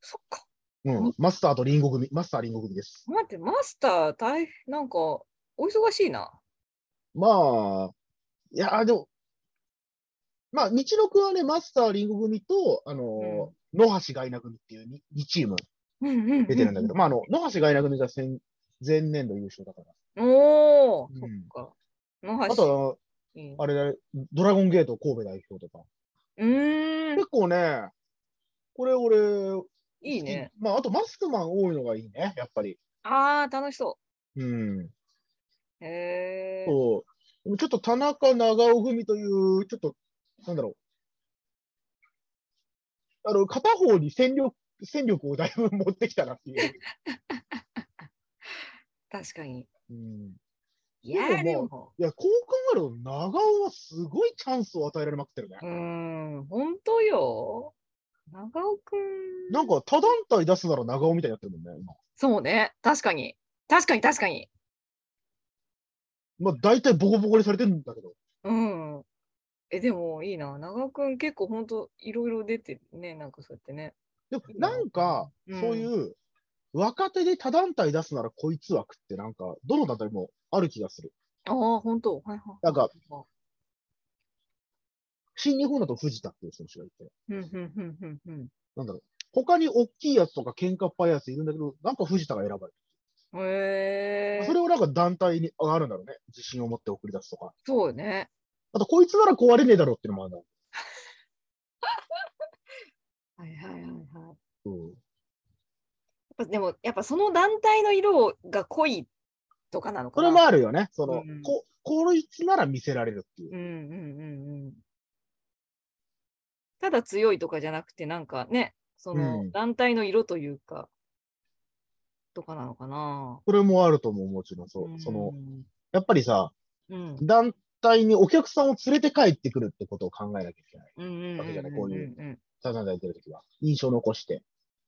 [SPEAKER 2] そっか。
[SPEAKER 3] うん、マスターとリンゴ組、マスターリンゴ組です。
[SPEAKER 2] 待って、マスター、大変、なんか、お忙しいな。
[SPEAKER 3] まあ、いやー、でも、まあ、道のくんはね、マスターリンゴ組と、あのー、野橋ガイナ組っていう 2, チーム出てるんだけど、まあ、あの、野橋ガイナ組が先前年度優勝だから。
[SPEAKER 2] おお、
[SPEAKER 3] うん
[SPEAKER 2] そっか。野橋
[SPEAKER 3] あと、
[SPEAKER 2] うん
[SPEAKER 3] あれだね、ドラゴンゲート神戸代表とか。
[SPEAKER 2] うーん、
[SPEAKER 3] 結構ね、これ俺、
[SPEAKER 2] いいね。
[SPEAKER 3] まあ、あとマスクマン多いのがいいね、やっぱり。
[SPEAKER 2] ああ、楽しそ
[SPEAKER 3] うん。
[SPEAKER 2] う。へえ。
[SPEAKER 3] そう。でもちょっと田中長尾組という、ちょっと、なんだろう。あの、片方に戦力、戦力をだいぶ持ってきたなっていう。
[SPEAKER 2] 確かに。
[SPEAKER 3] うん、
[SPEAKER 2] いやー
[SPEAKER 3] で
[SPEAKER 2] で
[SPEAKER 3] も
[SPEAKER 2] も、
[SPEAKER 3] いや、こう考えると、長尾はすごいチャンスを与えられまくってるね
[SPEAKER 2] う。ーん、本当よ。長尾くん。
[SPEAKER 3] なんか、他団体出すなら長尾みたいになってるもんね、今。
[SPEAKER 2] そうね、確かに。確かに、確かに。
[SPEAKER 3] まあ、大体ボコボコにされてるんだけど。
[SPEAKER 2] うん。え、でもいいな。長尾くん結構本当いろいろ出てるね、なんかそうやってね。
[SPEAKER 3] でも、なんか、そういう、若手で他団体出すならこいつ枠って、なんか、どの団体もある気がする。
[SPEAKER 2] ああ、本当。はいはいはい。
[SPEAKER 3] なんか、新日本だと藤田っていう選手がいて、
[SPEAKER 2] うんうんうんうんうん。
[SPEAKER 3] なんだろう。他に大きいやつとか喧嘩っぱいやついるんだけど、なんか藤田が選ばれ
[SPEAKER 2] へえ
[SPEAKER 3] る。それをなんか団体にあるんだろうね。自信を持って送り出すとか。
[SPEAKER 2] そうよね。
[SPEAKER 3] あと、こいつなら壊れねえだろうっていうのもあるんだろ
[SPEAKER 2] はいはいはいはい。やっ
[SPEAKER 3] う。うん
[SPEAKER 2] ぱでも、やっぱその団体の色が濃いとかなのか
[SPEAKER 3] そ
[SPEAKER 2] な。
[SPEAKER 3] れもあるよね。その、
[SPEAKER 2] うん
[SPEAKER 3] こ、こいつなら見せられるっていう
[SPEAKER 2] う。んうんうんうん。ただ強いとかじゃなくて、なんかね、その
[SPEAKER 3] うん
[SPEAKER 2] 団体の色というか、とかなのかな。
[SPEAKER 3] それもあると思う、もちろん。そう。その、、やっぱりさ、
[SPEAKER 2] うん、
[SPEAKER 3] 団体にお客さんを連れて帰ってくるってことを考えなきゃいけない。
[SPEAKER 2] うん、
[SPEAKER 3] わけじゃない
[SPEAKER 2] ん
[SPEAKER 3] こうい
[SPEAKER 2] うん
[SPEAKER 3] サザンダイ出るときは。印象残して。っ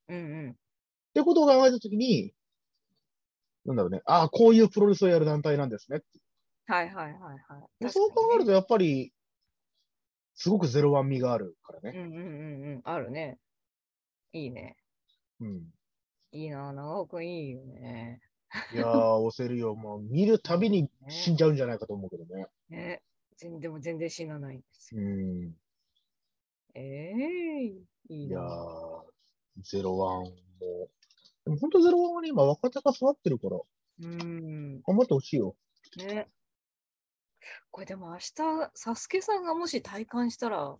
[SPEAKER 2] うんうん。
[SPEAKER 3] てことを考えたときに、なんだろうね。ああ、こういうプロレスをやる団体なんですね。
[SPEAKER 2] はいはいはいはい。
[SPEAKER 3] そう考える
[SPEAKER 2] と、
[SPEAKER 3] と、やっぱり、すごくゼロワン味があるから
[SPEAKER 2] う
[SPEAKER 3] ね。
[SPEAKER 2] んうんうんうん、あるね。いいね。
[SPEAKER 3] うん。
[SPEAKER 2] いいな、長尾くんいいよね。
[SPEAKER 3] いやー、押せるよ。もう、見るたびに死んじゃうんじゃないかと思うけどね。
[SPEAKER 2] ね全でも全然死なないんですよ。
[SPEAKER 3] うん。
[SPEAKER 2] ええいい
[SPEAKER 3] いや
[SPEAKER 2] な。
[SPEAKER 3] ー、ゼロワンも。でも本当ゼロワンはね、今若手が育ってるから、
[SPEAKER 2] うん。
[SPEAKER 3] 頑張ってほしいよ。
[SPEAKER 2] ね。これでも明日、サスケさんがもし体感したら、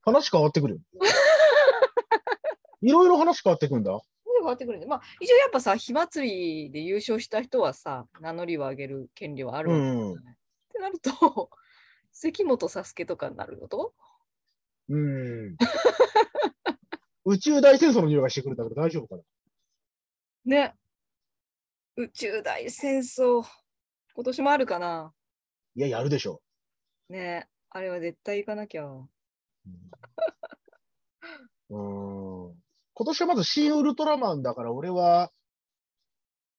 [SPEAKER 3] 話変わってくるよ。いろいろ話変わってくんだ。
[SPEAKER 2] 変わってくるんで、まあ、一応やっぱさ、火祭りで優勝した人はさ、名乗りを上げる権利はある
[SPEAKER 3] う
[SPEAKER 2] わけじゃない、
[SPEAKER 3] ん。
[SPEAKER 2] ってなると、 関本サスケとかになるのと
[SPEAKER 3] うん。宇宙大戦争の匂いがしてくるんだけど大丈夫かな
[SPEAKER 2] ね。宇宙大戦争、今年もあるかない
[SPEAKER 3] や、やるでしょ
[SPEAKER 2] ね。あれは絶対行かなきゃ。
[SPEAKER 3] う。うん。うん今年はまず新ウルトラマンだから、俺は、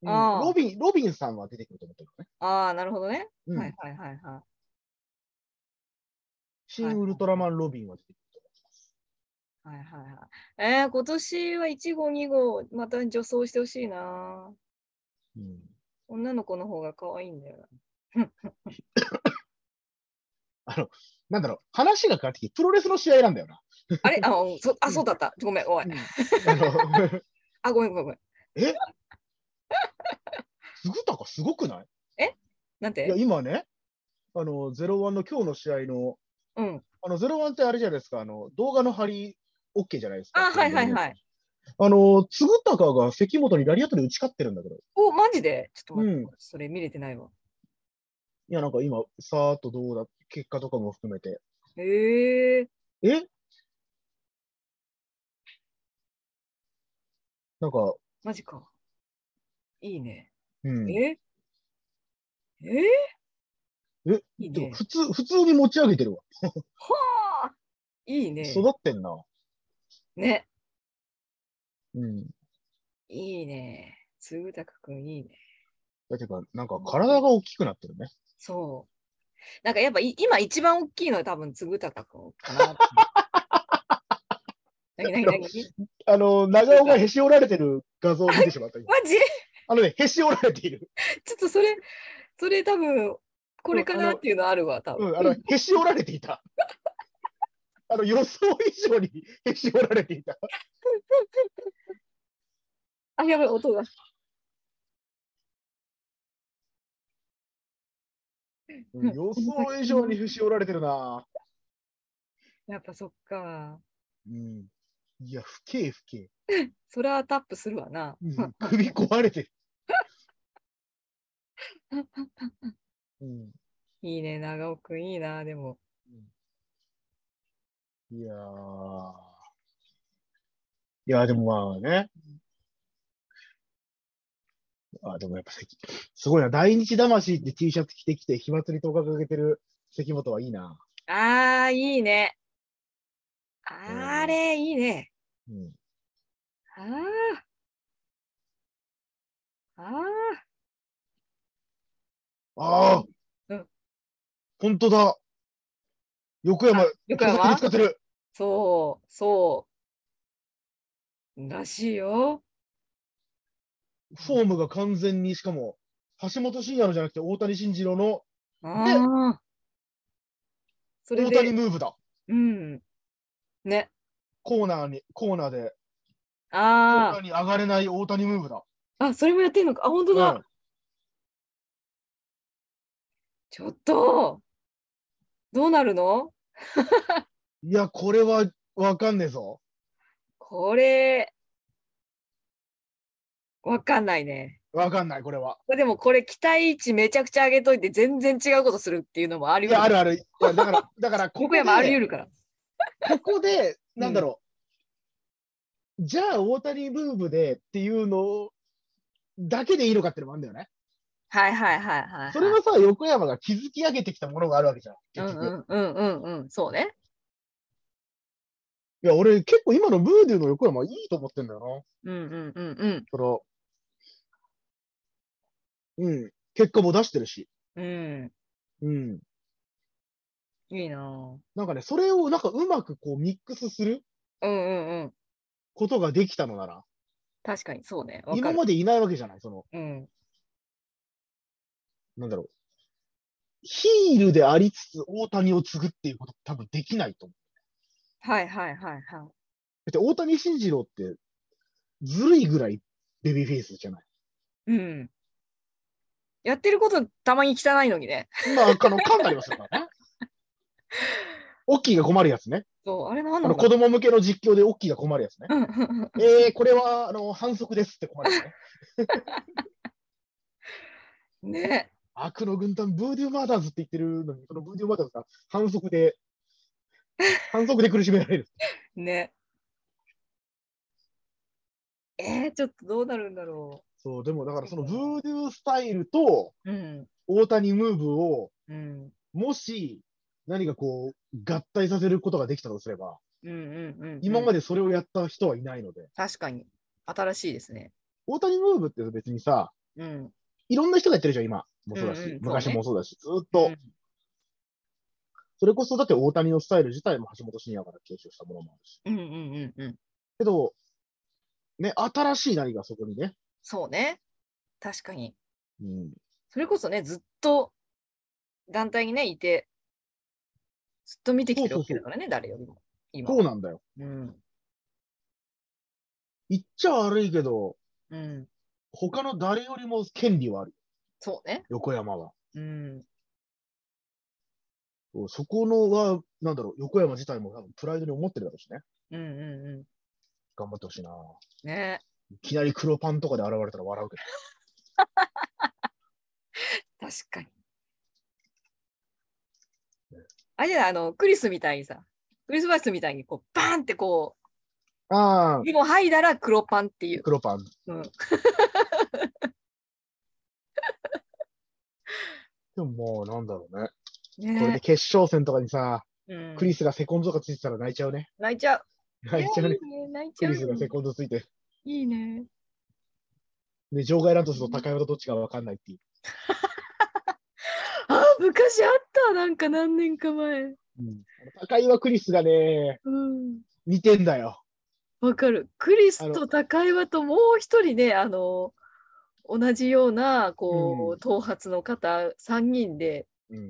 [SPEAKER 3] うん
[SPEAKER 2] ああ
[SPEAKER 3] ロビン、ロビンさんは出てくると思ってるね。
[SPEAKER 2] ああ、なるほどね。
[SPEAKER 3] うん
[SPEAKER 2] はいはいはいはい。
[SPEAKER 3] 新ウルトラマンロビンは出てくると思います。
[SPEAKER 2] はいはいはい。えー、今年は1号、2号、また女装してほしいな。
[SPEAKER 3] うん
[SPEAKER 2] 女の子の方が可愛いんだよな。
[SPEAKER 3] なんだろう、話が変わってきて、プロレスの試合なんだよな。
[SPEAKER 2] あ れあおそあ、そうだった。ごめん、おい。
[SPEAKER 3] あの
[SPEAKER 2] あ、ごめん、ごめん、ごめん。
[SPEAKER 3] すぐたかすごくない
[SPEAKER 2] なん
[SPEAKER 3] いや、
[SPEAKER 2] て
[SPEAKER 3] 今ね、あの、ゼロワンの今日の試合の、
[SPEAKER 2] うん。
[SPEAKER 3] あの、ゼロワンってあれじゃないですか、あの、動画の張り、OK じゃないですか。
[SPEAKER 2] あ、はいはいはい。
[SPEAKER 3] あの、つぐたかが関本にラリアットで打ち勝ってるんだけど、い
[SPEAKER 2] お、マジでちょっと待って、
[SPEAKER 3] うん
[SPEAKER 2] それ見れてないわ。
[SPEAKER 3] や、なんか今、さーっとどうだ、結果とかも含めて、
[SPEAKER 2] へえ
[SPEAKER 3] えなんか、
[SPEAKER 2] マジか。いいね。
[SPEAKER 3] うん。
[SPEAKER 2] ええ
[SPEAKER 3] え
[SPEAKER 2] いい
[SPEAKER 3] でも
[SPEAKER 2] ね。
[SPEAKER 3] 普通、普通に持ち上げてるわ。
[SPEAKER 2] はあいいね。
[SPEAKER 3] 育ってんな。
[SPEAKER 2] ね。
[SPEAKER 3] うん。
[SPEAKER 2] いいね。つぐたかくんいいね。
[SPEAKER 3] だけど、なんか体が大きくなってるね。
[SPEAKER 2] そう。なんかやっぱい今一番大きいのは多分つぐたかくんかなって。なになになに
[SPEAKER 3] あの、長尾がへし折られてる画像を見てしまった。今
[SPEAKER 2] マジ
[SPEAKER 3] あのね、へし折られている。
[SPEAKER 2] ちょっとそれ、それ多分、これかなっていうのあるわ、多分。
[SPEAKER 3] うん、あの、へし折られていた。あの予想以上にへし折られていた。
[SPEAKER 2] あ、やばい、音が。
[SPEAKER 3] うん予想以上にへし折られてるな。
[SPEAKER 2] やっぱそっか。
[SPEAKER 3] うん、いや、不敬不敬。
[SPEAKER 2] それはタップするわな。
[SPEAKER 3] うん、首壊れてる。 うん
[SPEAKER 2] いいね、長尾くん、いいな、でも。
[SPEAKER 3] いやー。いやー、でもまあね。あー、でもやっぱ関、すごいな。大日魂って T シャツ着てきて、火祭り10日かけてる関本はいいな。
[SPEAKER 2] あー、いいね。あれ、いいね。
[SPEAKER 3] うん。
[SPEAKER 2] ああ。あ
[SPEAKER 3] ああ、
[SPEAKER 2] うん
[SPEAKER 3] ほんとだ。横山、
[SPEAKER 2] 横山
[SPEAKER 3] 手先に使ってる。
[SPEAKER 2] そう、そう。らしいよ。
[SPEAKER 3] フォームが完全に、しかも、橋本慎也のじゃなくて大谷慎二郎の
[SPEAKER 2] ああ。それ
[SPEAKER 3] 大谷
[SPEAKER 2] で、
[SPEAKER 3] ムーブだ。
[SPEAKER 2] うん。ね。
[SPEAKER 3] コーナーに、コーナーで、コーナ
[SPEAKER 2] あ
[SPEAKER 3] ーに上がれない大谷ムーブだ。
[SPEAKER 2] あ。あ、それもやってんのか。あ、本当だ。
[SPEAKER 3] うん
[SPEAKER 2] ちょっと。どうなるの
[SPEAKER 3] いや、これはわかんねえぞ。
[SPEAKER 2] これ。わかんないね。
[SPEAKER 3] わかんない、これは。
[SPEAKER 2] これでもこれ期待値めちゃくちゃ上げといて全然違うことするっていうのもあり
[SPEAKER 3] い
[SPEAKER 2] 得
[SPEAKER 3] や、あ
[SPEAKER 2] る。
[SPEAKER 3] るある。いや だから、だからここ
[SPEAKER 2] 横
[SPEAKER 3] で、
[SPEAKER 2] 山あり得るから。
[SPEAKER 3] ここで、なんだろう。じゃあ、大谷ムーブでっていうのだけでいいのかっていうのもあるんだよね。
[SPEAKER 2] はいはいはいはいはい。
[SPEAKER 3] それはさ、横山が築き上げてきたものがあるわけじゃん。
[SPEAKER 2] う
[SPEAKER 3] 結
[SPEAKER 2] ん
[SPEAKER 3] 局
[SPEAKER 2] うんうんうんうん。そうね。
[SPEAKER 3] いや、俺、結構今のムーデューの横山いいと思ってんだよな。
[SPEAKER 2] うんうんうんうん。
[SPEAKER 3] その、うん。結果も出してるし。
[SPEAKER 2] う
[SPEAKER 3] うん。
[SPEAKER 2] ん、いいなぁ。
[SPEAKER 3] なんかね、それをなんかうまくこうミックスする
[SPEAKER 2] うんうんうん。
[SPEAKER 3] ことができたのなら、
[SPEAKER 2] 確かにそうね。わか
[SPEAKER 3] 今
[SPEAKER 2] る。
[SPEAKER 3] までいないわけじゃない。その、
[SPEAKER 2] うん。
[SPEAKER 3] なんだろう。ヒールでありつつ大谷を継ぐっていうこと多分できないと思
[SPEAKER 2] はいはいはいはい。
[SPEAKER 3] う。だって大谷慎二郎ってずるいぐらいベビーフェイスじゃない。
[SPEAKER 2] うん。やってることたまに汚いのにね。
[SPEAKER 3] まあ、あの、噛んだりはするからね。オッキーが困るやつね。
[SPEAKER 2] そう、あれなん
[SPEAKER 3] あ
[SPEAKER 2] な
[SPEAKER 3] の
[SPEAKER 2] の
[SPEAKER 3] 子供向けの実況でオッキーが困るやつね。
[SPEAKER 2] うんうんうん
[SPEAKER 3] えー、これはあの反則ですって困るやつね。
[SPEAKER 2] ね。
[SPEAKER 3] 悪の軍団、ブーデューマーダーズって言ってるのに、そのブーデューマーダーズが反則 で、反則で苦しめられる。
[SPEAKER 2] ね。えー、ちょっとどうなるんだろ
[SPEAKER 3] そう、でもだからそのブーデュースタイルと
[SPEAKER 2] う。うん。
[SPEAKER 3] 大谷ムーブを、
[SPEAKER 2] うん。
[SPEAKER 3] もし何かこう、合体させることができたとすれば、
[SPEAKER 2] うんうんうん、
[SPEAKER 3] 今ま
[SPEAKER 2] で。
[SPEAKER 3] でそれをやった人はいないので、
[SPEAKER 2] 確かに。新しいですね。
[SPEAKER 3] 大谷ムーブって別にさ、
[SPEAKER 2] うん。
[SPEAKER 3] いろんな人がやってるじゃん、今もそうだし、
[SPEAKER 2] うんうんそうね
[SPEAKER 3] 昔もそうだし、ずーっと、
[SPEAKER 2] うん
[SPEAKER 3] それこそだって大谷のスタイル自体も橋本慎也から継承したものもあるし、
[SPEAKER 2] うんうんうんうん。
[SPEAKER 3] けど、ね、新しい何かそこにね、
[SPEAKER 2] そうね。確かに。
[SPEAKER 3] うん、
[SPEAKER 2] それこそね、ずっと団体にね、いて、ずっと見てきてるわけだからね、誰よりも。今。
[SPEAKER 3] そうなんだよ。
[SPEAKER 2] うん。
[SPEAKER 3] 言っちゃ悪いけど、
[SPEAKER 2] うん。
[SPEAKER 3] 他の誰よりも権利はある、
[SPEAKER 2] そうね。
[SPEAKER 3] 横山は。
[SPEAKER 2] うん。
[SPEAKER 3] そうそこのは、なんだろう、横山自体も多分プライドに思ってるだろうしね。
[SPEAKER 2] うんうんう
[SPEAKER 3] 頑張ってほしいな。
[SPEAKER 2] ん。ね
[SPEAKER 3] いきなり黒パンとかで現れたら笑うけど。
[SPEAKER 2] 確かに。あれじゃないあの、クリスみたいにさ、クリスマスみたいに、こう、バーンってこ
[SPEAKER 3] ああ
[SPEAKER 2] う、、リボン剥いだら黒パンっていう。
[SPEAKER 3] 黒パン。
[SPEAKER 2] うん。
[SPEAKER 3] でももう、なんだろうね。これで
[SPEAKER 2] ね
[SPEAKER 3] 決勝戦とかにさ、
[SPEAKER 2] うん
[SPEAKER 3] クリスがセコンドとかついてたら泣いちゃうね。
[SPEAKER 2] 泣いちゃう。
[SPEAKER 3] 泣いちゃうね。
[SPEAKER 2] いやいいね泣いち
[SPEAKER 3] ク
[SPEAKER 2] ゃう
[SPEAKER 3] リスがセコンドついて。
[SPEAKER 2] いいね。
[SPEAKER 3] で、場外ランドスと高山とどっちかわかんないっていう。
[SPEAKER 2] あ、昔あった、なんか何年か前。
[SPEAKER 3] うん、高岩クリスがね、
[SPEAKER 2] うん。
[SPEAKER 3] 似てんだよ。
[SPEAKER 2] わかる。クリス
[SPEAKER 3] あの
[SPEAKER 2] と高岩ともう一人ね、あの、同じような、こ
[SPEAKER 3] う
[SPEAKER 2] う、頭髪の方、3人で、
[SPEAKER 3] うん。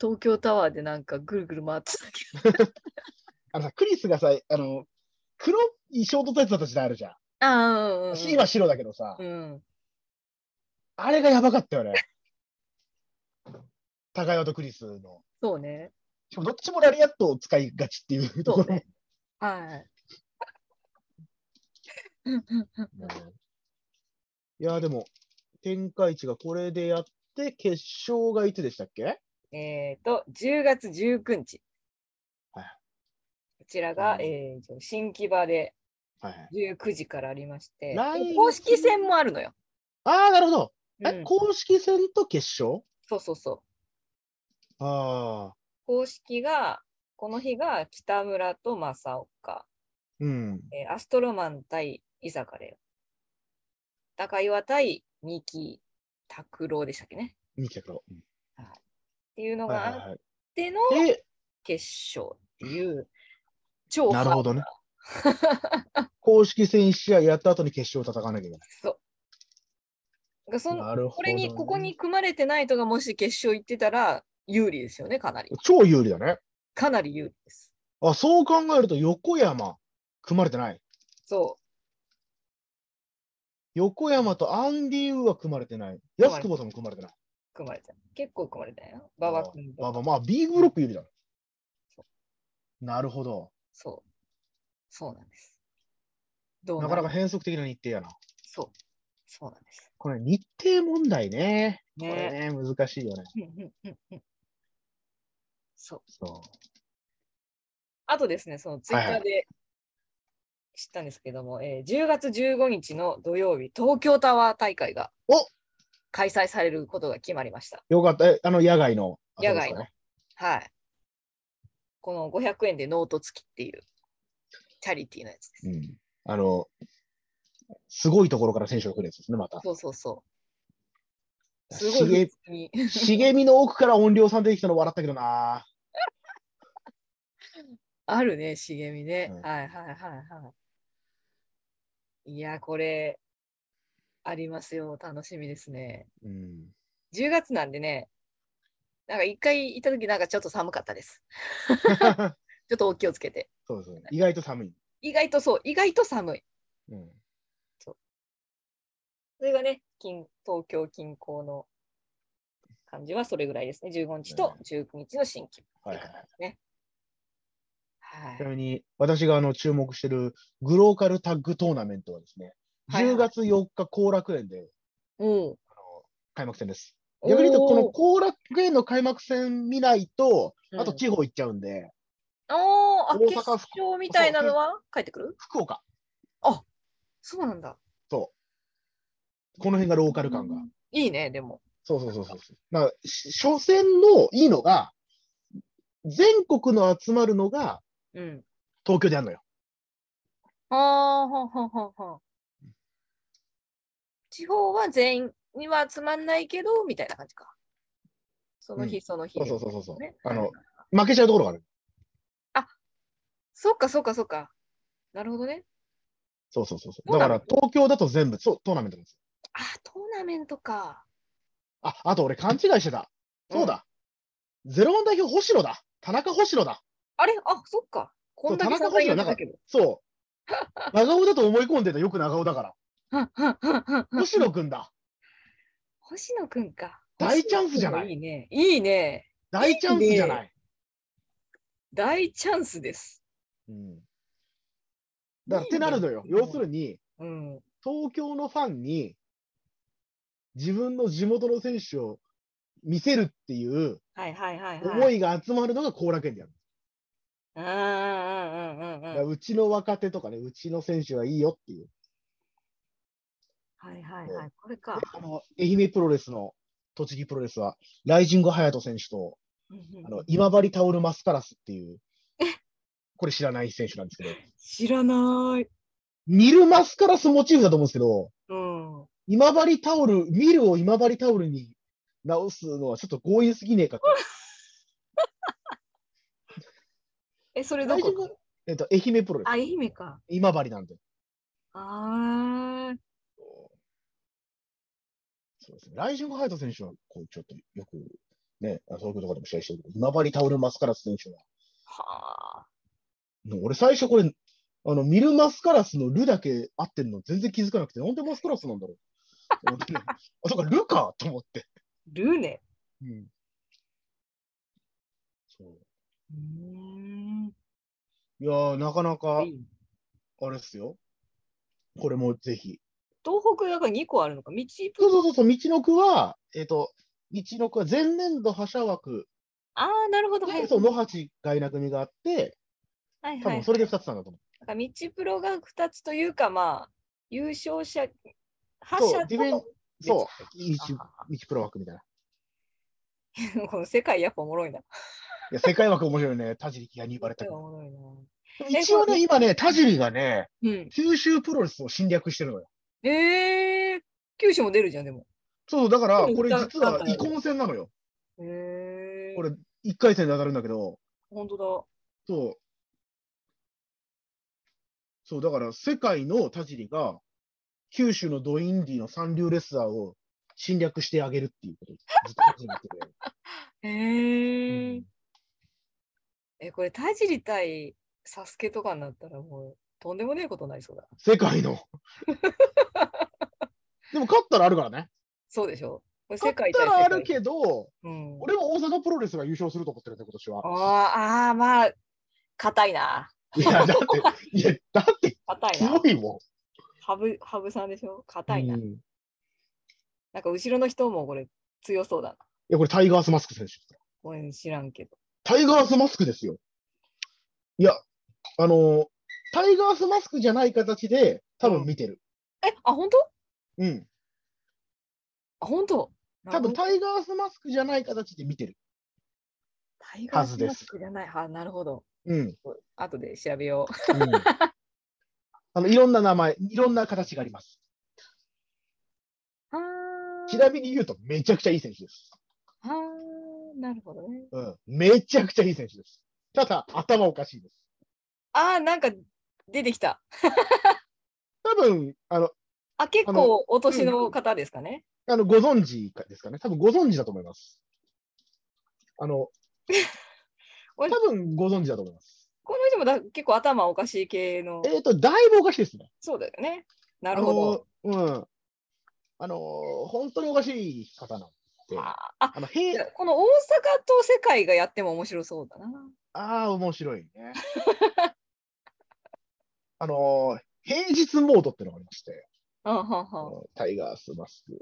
[SPEAKER 2] 東京タワーでなんかぐるぐる回ってたけ
[SPEAKER 3] あのさ、クリスがさ、あの、黒いショートタイツだった時代あるじゃん。
[SPEAKER 2] あーうんうんうん。
[SPEAKER 3] 今白だけどさ、
[SPEAKER 2] うん。
[SPEAKER 3] あれがやばかったよね。高岩とクリスの。
[SPEAKER 2] そうね。
[SPEAKER 3] しかもどっちもラリアットを使いがちっていうとこ
[SPEAKER 2] そう
[SPEAKER 3] ろ
[SPEAKER 2] ね。はい。
[SPEAKER 3] も。いや、でも、展開値がこれでやって、決勝がいつでしたっけ
[SPEAKER 2] えっと、10月19日。
[SPEAKER 3] はい
[SPEAKER 2] こちらが、
[SPEAKER 3] うん
[SPEAKER 2] えーと新木場で
[SPEAKER 3] はい。
[SPEAKER 2] 19時からありまして
[SPEAKER 3] 来、月
[SPEAKER 2] 公式戦もあるのよ。
[SPEAKER 3] ああ、なるほど。え、
[SPEAKER 2] うん
[SPEAKER 3] 公式戦と決勝
[SPEAKER 2] そうそうそう。
[SPEAKER 3] ああ、
[SPEAKER 2] 公式が、この日が北村と正岡、
[SPEAKER 3] うん。
[SPEAKER 2] えーアストロマン対伊坂レオ、高岩対三木拓郎でしたっけね。
[SPEAKER 3] 見てくろ。
[SPEAKER 2] っていうの
[SPEAKER 3] はい
[SPEAKER 2] があ
[SPEAKER 3] は
[SPEAKER 2] っての
[SPEAKER 3] いはい。で、
[SPEAKER 2] 決勝っていう、超
[SPEAKER 3] なるほどね
[SPEAKER 2] ハードな。
[SPEAKER 3] 公式戦1試合やった後に決勝を戦わなきゃいけない。
[SPEAKER 2] そう。がそん
[SPEAKER 3] なるほど、ね。
[SPEAKER 2] これに、ここに組まれてないとがもし決勝行ってたら有利ですよね、かなり。
[SPEAKER 3] 超有利だね。
[SPEAKER 2] かなり有利です。
[SPEAKER 3] あ、そう考えると横山、組まれてない。
[SPEAKER 2] そ
[SPEAKER 3] 横山とアンディ・ウーは組まれてない。
[SPEAKER 2] 組ま
[SPEAKER 3] 安
[SPEAKER 2] れて
[SPEAKER 3] 久保とも組まれてない。
[SPEAKER 2] う、組まれた。結構組まれたよ。馬場君
[SPEAKER 3] まあ
[SPEAKER 2] と。
[SPEAKER 3] まあまあ、B ブロック有利だね
[SPEAKER 2] そ。
[SPEAKER 3] なるほど。
[SPEAKER 2] そう。そうなんです。どう
[SPEAKER 3] なかなか
[SPEAKER 2] る
[SPEAKER 3] 変則的な日程やな。
[SPEAKER 2] そう。そうなんです。
[SPEAKER 3] これ日程問題ね。これ
[SPEAKER 2] ね
[SPEAKER 3] ね、難しいよね。
[SPEAKER 2] うんうんうんうんそう。
[SPEAKER 3] そ
[SPEAKER 2] あとですね、そのツイッタ
[SPEAKER 3] はいは
[SPEAKER 2] ーで知ったんですけども、えー10月15日の土曜日、東京タワー大会が
[SPEAKER 3] お
[SPEAKER 2] 開催されることが決まりました。
[SPEAKER 3] う。よかった。え、あの、野外の。あ
[SPEAKER 2] 野外の
[SPEAKER 3] そうですかね
[SPEAKER 2] はい。この500円でノート付きっていうチャリティーのやつです。
[SPEAKER 3] うん。あの、すごいところから選手が来るやつですね、また。
[SPEAKER 2] そうそうそう。すご
[SPEAKER 3] 茂
[SPEAKER 2] い普通に。
[SPEAKER 3] 茂みの奥から音量さん出てきたの笑ったけどな。
[SPEAKER 2] あるね、茂みね。
[SPEAKER 3] うん
[SPEAKER 2] はいはいはいはい。いや、これ、ありますよ。楽しみですね。
[SPEAKER 3] うん。
[SPEAKER 2] 10月なんでね、なんか一回行った時なんかちょっと寒かったです。ちょっとお気をつけて。
[SPEAKER 3] そうですね。意外と寒い。
[SPEAKER 2] 意外とそう、意外と寒い。
[SPEAKER 3] うん。
[SPEAKER 2] それがね、近東京近郊の感じはそれぐらいですね。15日と19日の新規
[SPEAKER 3] はいはいはい。
[SPEAKER 2] は。
[SPEAKER 3] ちないみに、私があの注目してるグローカルタッグトーナメントはですね、
[SPEAKER 2] はいはい
[SPEAKER 3] 10月4日、後楽園で
[SPEAKER 2] うん。
[SPEAKER 3] 開幕戦です。逆に言うと、この
[SPEAKER 2] おー
[SPEAKER 3] 後楽園の開幕戦見ないと、あと
[SPEAKER 2] うん
[SPEAKER 3] 地方行っちゃうんで、
[SPEAKER 2] おーあ、
[SPEAKER 3] 大阪
[SPEAKER 2] 決勝みたいなのは帰ってくる
[SPEAKER 3] 福岡、
[SPEAKER 2] そうなんだ。
[SPEAKER 3] この辺がローカル感が。
[SPEAKER 2] いいね、でも。
[SPEAKER 3] そうそうそうそう。だから、し初戦のいいのが、全国の集まるのが
[SPEAKER 2] うん。
[SPEAKER 3] 東京でやるのよ。
[SPEAKER 2] ああ、ほんほんほんほん。地方は全員には集まんないけど、みたいな感じか。その
[SPEAKER 3] う
[SPEAKER 2] 日その日
[SPEAKER 3] そう
[SPEAKER 2] で。
[SPEAKER 3] そうそうそう。
[SPEAKER 2] ね
[SPEAKER 3] あ
[SPEAKER 2] はい
[SPEAKER 3] の、負けちゃうところがある。
[SPEAKER 2] そっかそっかそっか。なるほどね。
[SPEAKER 3] そうそうそうそう。
[SPEAKER 2] そ
[SPEAKER 3] だ
[SPEAKER 2] うなの
[SPEAKER 3] から、東京だと全部、そう、トーナメントなんですよ。
[SPEAKER 2] あ、トーナメントか。
[SPEAKER 3] あ、あと俺勘違いしてた。そうだ。ゼロワン代表星野だ。田中星野だ。
[SPEAKER 2] あれあ、そっか。こんだけ
[SPEAKER 3] そう田中
[SPEAKER 2] 参加
[SPEAKER 3] 星野
[SPEAKER 2] やったけど。
[SPEAKER 3] そう。長尾だと思い込んでた。よく長尾だから。
[SPEAKER 2] うんうんうんうん
[SPEAKER 3] 星野くんだ。
[SPEAKER 2] 星野くんか。
[SPEAKER 3] 大チャンスじゃな
[SPEAKER 2] 星野
[SPEAKER 3] い
[SPEAKER 2] くんもいいね。いいね。
[SPEAKER 3] 大チャンスじゃない。
[SPEAKER 2] 大チャンスです。
[SPEAKER 3] うん。だから、ってなるのよ。要するに、
[SPEAKER 2] うん。
[SPEAKER 3] 東京のファンに、自分の地元の選手を見せるっていう
[SPEAKER 2] はいはいはいはい。
[SPEAKER 3] 思いが集まるのが後楽園でやる。
[SPEAKER 2] うんうんうんうん
[SPEAKER 3] だ
[SPEAKER 2] うん
[SPEAKER 3] からうちの若手とかね、うちの選手はいいよっていう。
[SPEAKER 2] はいはい
[SPEAKER 3] そ
[SPEAKER 2] はい。これか
[SPEAKER 3] で。あの、愛媛プロレスの、栃木プロレスは、ライジング隼人選手と、
[SPEAKER 2] うんうん
[SPEAKER 3] あの、今治タオルマスカラスっていう、これ知らない選手なんですけど、
[SPEAKER 2] 知らない。
[SPEAKER 3] ミルマスカラスモチーフだと思うんですけど、
[SPEAKER 2] うん。
[SPEAKER 3] 今治タオル、ミルを今治タオルに直すのはちょっと強引すぎねえかと。
[SPEAKER 2] え、そ れど
[SPEAKER 3] ライジン
[SPEAKER 2] こ
[SPEAKER 3] グえっと、愛媛プロレス
[SPEAKER 2] あ、。愛媛か。
[SPEAKER 3] 今治なんで。
[SPEAKER 2] あー
[SPEAKER 3] そうですね。ライジング隼人選手は、こう、ちょっとよく、ね、あ東京とかでも試合してるけど、今治タオルマスカラス選手は、
[SPEAKER 2] はあ。
[SPEAKER 3] もう俺最初これ、あの、ミルマスカラスのルだけ合ってんの全然気づかなくて、なんでマスカラスなんだろう。と思って ねあ、そうか、ルかと思って。
[SPEAKER 2] ルネ。
[SPEAKER 3] うん。そう
[SPEAKER 2] うーん。
[SPEAKER 3] いやー、なかなか、
[SPEAKER 2] いい
[SPEAKER 3] あれっすよ。これもぜひ。
[SPEAKER 2] 東北だから2個あるのか。道
[SPEAKER 3] そうそうそうそう、道の区は、えっ、と、道の区は前年度覇者枠
[SPEAKER 2] ああ、なるほど。はい
[SPEAKER 3] で、。そう、野八外な組があって、
[SPEAKER 2] はい
[SPEAKER 3] 多
[SPEAKER 2] はい
[SPEAKER 3] 分それで2つなんだと思う。
[SPEAKER 2] なんか道プロが2つというか、まあ、優勝者、覇
[SPEAKER 3] そ
[SPEAKER 2] 者
[SPEAKER 3] う、ディフェン
[SPEAKER 2] と、
[SPEAKER 3] そ
[SPEAKER 2] 別
[SPEAKER 3] う、道、道プロ枠みたいな。
[SPEAKER 2] この世界やっぱ おもろいな。
[SPEAKER 3] いや、世界枠面白いね。田尻がに言われた
[SPEAKER 2] 世
[SPEAKER 3] け
[SPEAKER 2] 界はお
[SPEAKER 3] ど。
[SPEAKER 2] もろいな。
[SPEAKER 3] でも一応
[SPEAKER 2] え
[SPEAKER 3] ね、今ね、田尻がね、
[SPEAKER 2] うん。
[SPEAKER 3] 九州プロレスを侵略してるのよ。
[SPEAKER 2] えー、九州も出るじゃん、でも。
[SPEAKER 3] そう、だから、
[SPEAKER 2] そう
[SPEAKER 3] これ実
[SPEAKER 2] だ
[SPEAKER 3] は
[SPEAKER 2] から
[SPEAKER 3] 移行戦なのよ。
[SPEAKER 2] えー、
[SPEAKER 3] これ、1回戦で当たるんだけど、
[SPEAKER 2] 本当だ。
[SPEAKER 3] そう。そう、だから、世界の田尻が、九州のドインディの三流レスラーを侵略してあげるっていうことです。ずっと田尻 が言ってくれる
[SPEAKER 2] え
[SPEAKER 3] う
[SPEAKER 2] ー
[SPEAKER 3] ん
[SPEAKER 2] え、これ、田尻対サスケとかになったら、もう、とんでもねえことになりそうだ。
[SPEAKER 3] 世 界の。でも、勝ったらあるからね。
[SPEAKER 2] そうでしょこれ世
[SPEAKER 3] 勝っ
[SPEAKER 2] 界
[SPEAKER 3] た
[SPEAKER 2] 対世
[SPEAKER 3] ら
[SPEAKER 2] 界。
[SPEAKER 3] あるけど、
[SPEAKER 2] うん、
[SPEAKER 3] 俺も大阪プロレスが優勝すると思ってるんだよ、今年は。
[SPEAKER 2] あーあー、まあ、硬いな。
[SPEAKER 3] いや、だって、いや、だって
[SPEAKER 2] 硬いな
[SPEAKER 3] 強。いもん。
[SPEAKER 2] ハブ、ハブさんでしょ硬いな。
[SPEAKER 3] うんい
[SPEAKER 2] なんか後ろの人もこれ強そうだな。
[SPEAKER 3] や、これタイガースマスク選手ですよ
[SPEAKER 2] これ知らんけど。
[SPEAKER 3] タイガースマスクですよ。いや、あのータイガースマスクじゃない形で、多分見てる。
[SPEAKER 2] え、あ、本当
[SPEAKER 3] うん。
[SPEAKER 2] あ、本当
[SPEAKER 3] 多分
[SPEAKER 2] タ
[SPEAKER 3] タイガースマスクじゃない形で見てる。
[SPEAKER 2] タイガー
[SPEAKER 3] はず
[SPEAKER 2] ス
[SPEAKER 3] です
[SPEAKER 2] マスクじゃない。あ、なるほど。
[SPEAKER 3] うん。うん、
[SPEAKER 2] 後で調べよう。
[SPEAKER 3] あの、いろんな名前、いろんな形があります。
[SPEAKER 2] あ
[SPEAKER 3] ちなみに言うと、めちゃくちゃいい選手です。
[SPEAKER 2] あー、なるほどね。
[SPEAKER 3] うん。めちゃくちゃいい選手です。ただ、頭おかしいです。
[SPEAKER 2] あー、なんか出てきた。
[SPEAKER 3] 多分、あの、
[SPEAKER 2] あ、結
[SPEAKER 3] あの
[SPEAKER 2] 構お年の方ですかね。
[SPEAKER 3] あの、ご存知かですかね。多分ご存知だと思います。あの、多
[SPEAKER 2] 俺
[SPEAKER 3] 分ご存知だと思います。
[SPEAKER 2] この人もだ結構頭おかしい系の。
[SPEAKER 3] えっ、と、だいぶおかしいですね。
[SPEAKER 2] そうだよね。なるほど。
[SPEAKER 3] あの、うん。あのー、本当におかしい方なんで。
[SPEAKER 2] あ
[SPEAKER 3] あ
[SPEAKER 2] ーあ
[SPEAKER 3] の、へえ、
[SPEAKER 2] この大阪と世界がやっても面白そうだな。
[SPEAKER 3] ああ、面白い ね。あのー、平日モードってのがありまして、
[SPEAKER 2] あはん
[SPEAKER 3] あ
[SPEAKER 2] はん。
[SPEAKER 3] のタイガースマスク。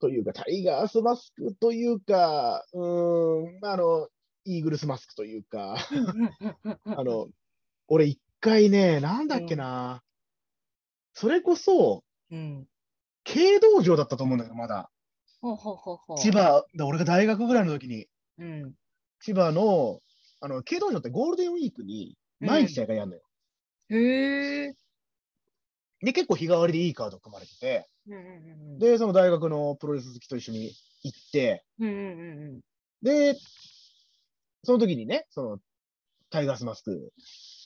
[SPEAKER 3] というか、タイガースマスクというか、うーん、まああの、イーグルスマスクというか、あの、俺一回ね、なんだっけな、それこそ、
[SPEAKER 2] うん。
[SPEAKER 3] 軽道場だったと思うんだけど、まだ。
[SPEAKER 2] ほうほうほうほう。
[SPEAKER 3] 千葉、だ俺が大学ぐらいの時に、
[SPEAKER 2] うん。
[SPEAKER 3] 千葉の、あの、軽道場ってゴールデンウィークに毎日大会やるのよ。
[SPEAKER 2] へえ。
[SPEAKER 3] で、結構日替わりでいいカード組まれてて、
[SPEAKER 2] うんうん
[SPEAKER 3] で、その大学のプロレス好きと一緒に行って、
[SPEAKER 2] うんうん
[SPEAKER 3] で、その時にね、その、タイガースマスク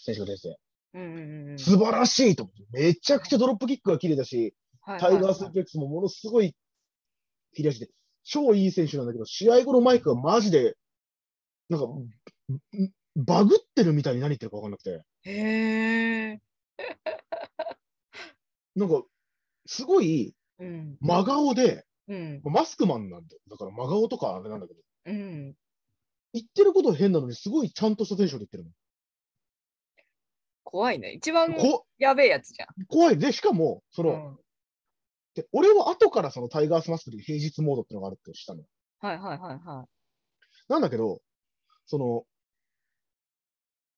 [SPEAKER 3] 選手が出てて、
[SPEAKER 2] うんうんうんうん。
[SPEAKER 3] 素晴らしいと思って、めちゃくちゃドロップキックが綺麗だし、タイガース
[SPEAKER 2] はい
[SPEAKER 3] ペックスもものすごい切れ味で、超いい選手なんだけど、試合後のマイクがマジで、なんか、んバグってるみたいに何言ってるか分かんなくて、
[SPEAKER 2] へえ。
[SPEAKER 3] なんか、すごい
[SPEAKER 2] うん
[SPEAKER 3] 真顔で、
[SPEAKER 2] うん
[SPEAKER 3] マスクマンなんで、だから真顔とかあれなんだけど、
[SPEAKER 2] うん。
[SPEAKER 3] 言ってること変なのに、すごいちゃんとしたテンションで言って
[SPEAKER 2] 怖いね。一番
[SPEAKER 3] るの。こ
[SPEAKER 2] やべえやつじゃん。
[SPEAKER 3] 怖い。で、しかも、その、
[SPEAKER 2] うん
[SPEAKER 3] で俺は後からそのタイガースマスクで平日モードってのがあるってしたの。
[SPEAKER 2] はいはいはいは
[SPEAKER 3] なんだけど、その、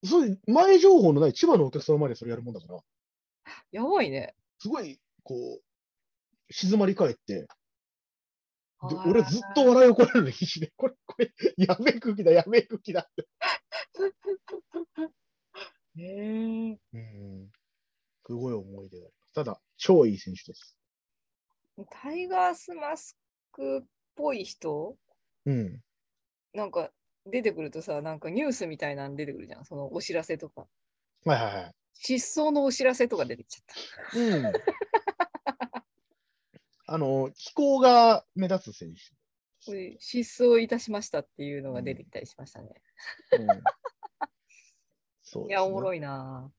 [SPEAKER 3] そういう前情報のない千葉のお客様までそれやるもんだから、
[SPEAKER 2] い。やばいね。
[SPEAKER 3] すごい、こう、静まり返って、で
[SPEAKER 2] はい
[SPEAKER 3] 俺ずっと笑いをこらえるの必死で、これ、これ、やべえ空気だ、やべえ空気だって。
[SPEAKER 2] へえ。
[SPEAKER 3] うん。すごい思い出があります。ただ、超いい選手です。
[SPEAKER 2] タイガースマスクっぽい人
[SPEAKER 3] うん。
[SPEAKER 2] なんか出てくるとさ、なんかニュースみたいなの出てくるじゃん。そのお知らせとか。
[SPEAKER 3] はいはいはい。
[SPEAKER 2] 失踪のお知らせとか出てきちゃった。
[SPEAKER 3] うん。 あの、気候が目立つ選手。
[SPEAKER 2] こういう失踪いたしましたっていうのが出てきたりしましたね。
[SPEAKER 3] うん、そう
[SPEAKER 2] い
[SPEAKER 3] です、
[SPEAKER 2] や、
[SPEAKER 3] ね。
[SPEAKER 2] おもろいな。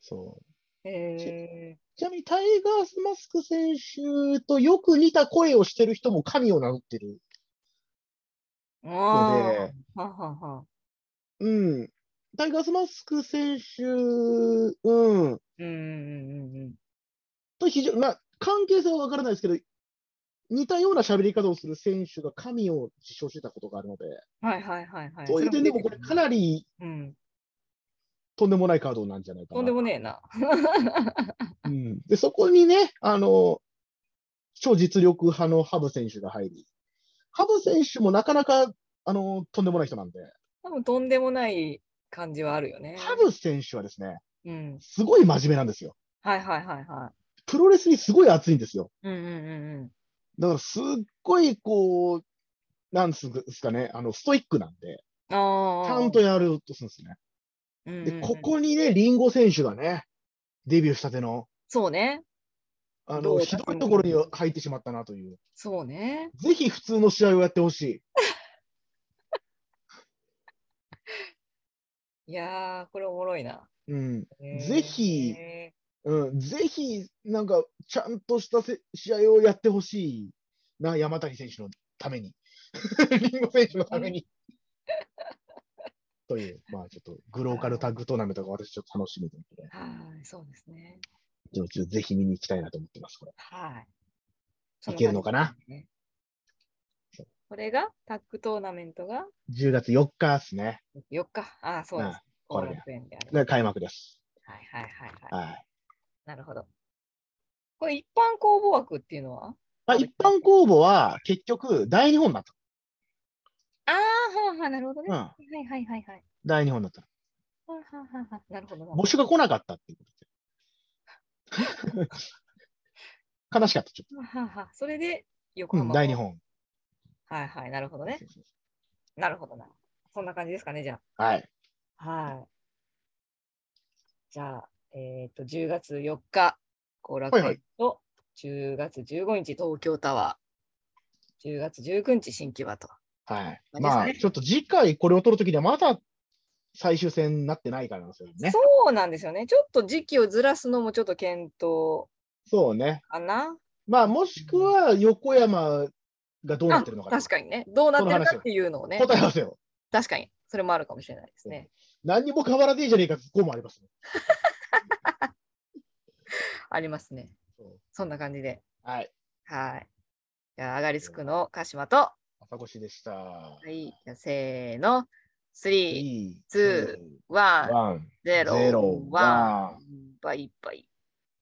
[SPEAKER 3] そう。
[SPEAKER 2] え
[SPEAKER 3] ちなみにタイガースマスク選手とよく似た声をしてる人も神を名乗ってる
[SPEAKER 2] ー、
[SPEAKER 3] の
[SPEAKER 2] あ
[SPEAKER 3] で、
[SPEAKER 2] あ、はんはんはん
[SPEAKER 3] うん。タイガースマスク選手、うん。
[SPEAKER 2] うんうんうんうんうん。
[SPEAKER 3] と非常、まあ、関係性はわからないですけど、似たような喋り方をする選手が神を自称してたことがあるので、
[SPEAKER 2] はいはいはいはい。
[SPEAKER 3] そういう点でもこれかなり
[SPEAKER 2] うん、
[SPEAKER 3] とんでもないカードなんじゃないかな。
[SPEAKER 2] とんでもねえな。
[SPEAKER 3] うん、で、そこにね、あの、超実力派のハブ選手が入り、ハブ選手もなかなか、あの、とんでもない人なんで、
[SPEAKER 2] 多分とんでもない感じはあるよね。
[SPEAKER 3] ハブ選手はですね、
[SPEAKER 2] うん。
[SPEAKER 3] すごい真面目なんですよ。
[SPEAKER 2] はいはいはいは
[SPEAKER 3] プロレスにすごい熱いんですよ。
[SPEAKER 2] い。うんうんうん
[SPEAKER 3] だから、すっごい、こう、なんすかね、あの、ストイックなんで、
[SPEAKER 2] うん。あ
[SPEAKER 3] ち
[SPEAKER 2] あ。
[SPEAKER 3] ゃんとやるとするんですね。
[SPEAKER 2] うんうんう
[SPEAKER 3] で
[SPEAKER 2] ん、、
[SPEAKER 3] ここにね、リンゴ選手がね、デビューしたての、
[SPEAKER 2] そうね。
[SPEAKER 3] あ
[SPEAKER 2] どう
[SPEAKER 3] の、
[SPEAKER 2] だ
[SPEAKER 3] ひどいところに入ってしまったなという。
[SPEAKER 2] そうね。
[SPEAKER 3] ぜひ普通の試合をやってほしい。
[SPEAKER 2] いやー、これおもろいな。
[SPEAKER 3] うん。
[SPEAKER 2] えー
[SPEAKER 3] ぜひ
[SPEAKER 2] え
[SPEAKER 3] うん、ぜひ、なんか、ちゃんとしたせ試合をやってほしいな、山谷選手のために。 リンゴ選手のため に。という、まあ、ちょっと、グローカルタッグトーナメントが私、ちょっと楽しみで、
[SPEAKER 2] ーはい、そうですね。
[SPEAKER 3] ちょっとぜひ見に行きたいなと思ってます、これ。
[SPEAKER 2] はい。
[SPEAKER 3] いけるのかな
[SPEAKER 2] そん感じですねこれがタッグトーナメントが
[SPEAKER 3] 10月4日ですね。
[SPEAKER 2] 4日。ああ、そうです
[SPEAKER 3] うん。これ
[SPEAKER 2] 後楽園である。
[SPEAKER 3] ね開幕です。
[SPEAKER 2] はいはいはいはい。
[SPEAKER 3] はい。
[SPEAKER 2] なるほど。これ一般公募枠っていうのは
[SPEAKER 3] まあ、一般公募は、結局、大日本だっ
[SPEAKER 2] ああ、はあはあ、なるほどね。
[SPEAKER 3] た。う
[SPEAKER 2] は
[SPEAKER 3] ん。
[SPEAKER 2] いはいはいはい。
[SPEAKER 3] 大日本だった。
[SPEAKER 2] はあはあはあはあなるほどな。
[SPEAKER 3] 募集が来なかったっていうことで。悲しかった、ちょっ
[SPEAKER 2] はあはあはあそれで横
[SPEAKER 3] と。うん、
[SPEAKER 2] 浜。
[SPEAKER 3] 大日。本。
[SPEAKER 2] はいはい、なるほどね
[SPEAKER 3] そう。そうそ
[SPEAKER 2] なるほどな。そんな感じですかね、じゃあ。
[SPEAKER 3] うはい。
[SPEAKER 2] はい。じゃあ、えっ、と、10月4日、後楽
[SPEAKER 3] はいは
[SPEAKER 2] 園
[SPEAKER 3] い
[SPEAKER 2] と、10月15日、東京タワー、10月19日、新木場と。
[SPEAKER 3] はい。
[SPEAKER 2] まあ
[SPEAKER 3] まあ、
[SPEAKER 2] ですね
[SPEAKER 3] ちょっと次回これを取るときにはまだ最終戦になってないからなんですよね。
[SPEAKER 2] そうなんですよね。ちょっと時期をずらすのもちょっと検討
[SPEAKER 3] そうね。
[SPEAKER 2] かな。
[SPEAKER 3] まあ、もしくは横山がどうな
[SPEAKER 2] あ
[SPEAKER 3] ってるのか
[SPEAKER 2] 確かにね。どうなってるかっていうのをね。
[SPEAKER 3] 答え合わせを。
[SPEAKER 2] 確かに。それもあるかもしれないですね。
[SPEAKER 3] 何にも変わらねえじゃねえか、こうもありますね。
[SPEAKER 2] ありますね。
[SPEAKER 3] そう
[SPEAKER 2] そんな感じで。
[SPEAKER 3] はい。
[SPEAKER 2] はい。じゃあ、アガリスクの鹿島と、は。
[SPEAKER 3] 朝越しでした。はい
[SPEAKER 2] じゃあせーの、3、
[SPEAKER 3] い
[SPEAKER 2] ツーワン、
[SPEAKER 3] ワン、
[SPEAKER 2] ゼロ、
[SPEAKER 3] ゼロ、
[SPEAKER 2] ワン。
[SPEAKER 3] ワン。
[SPEAKER 2] バイバイ。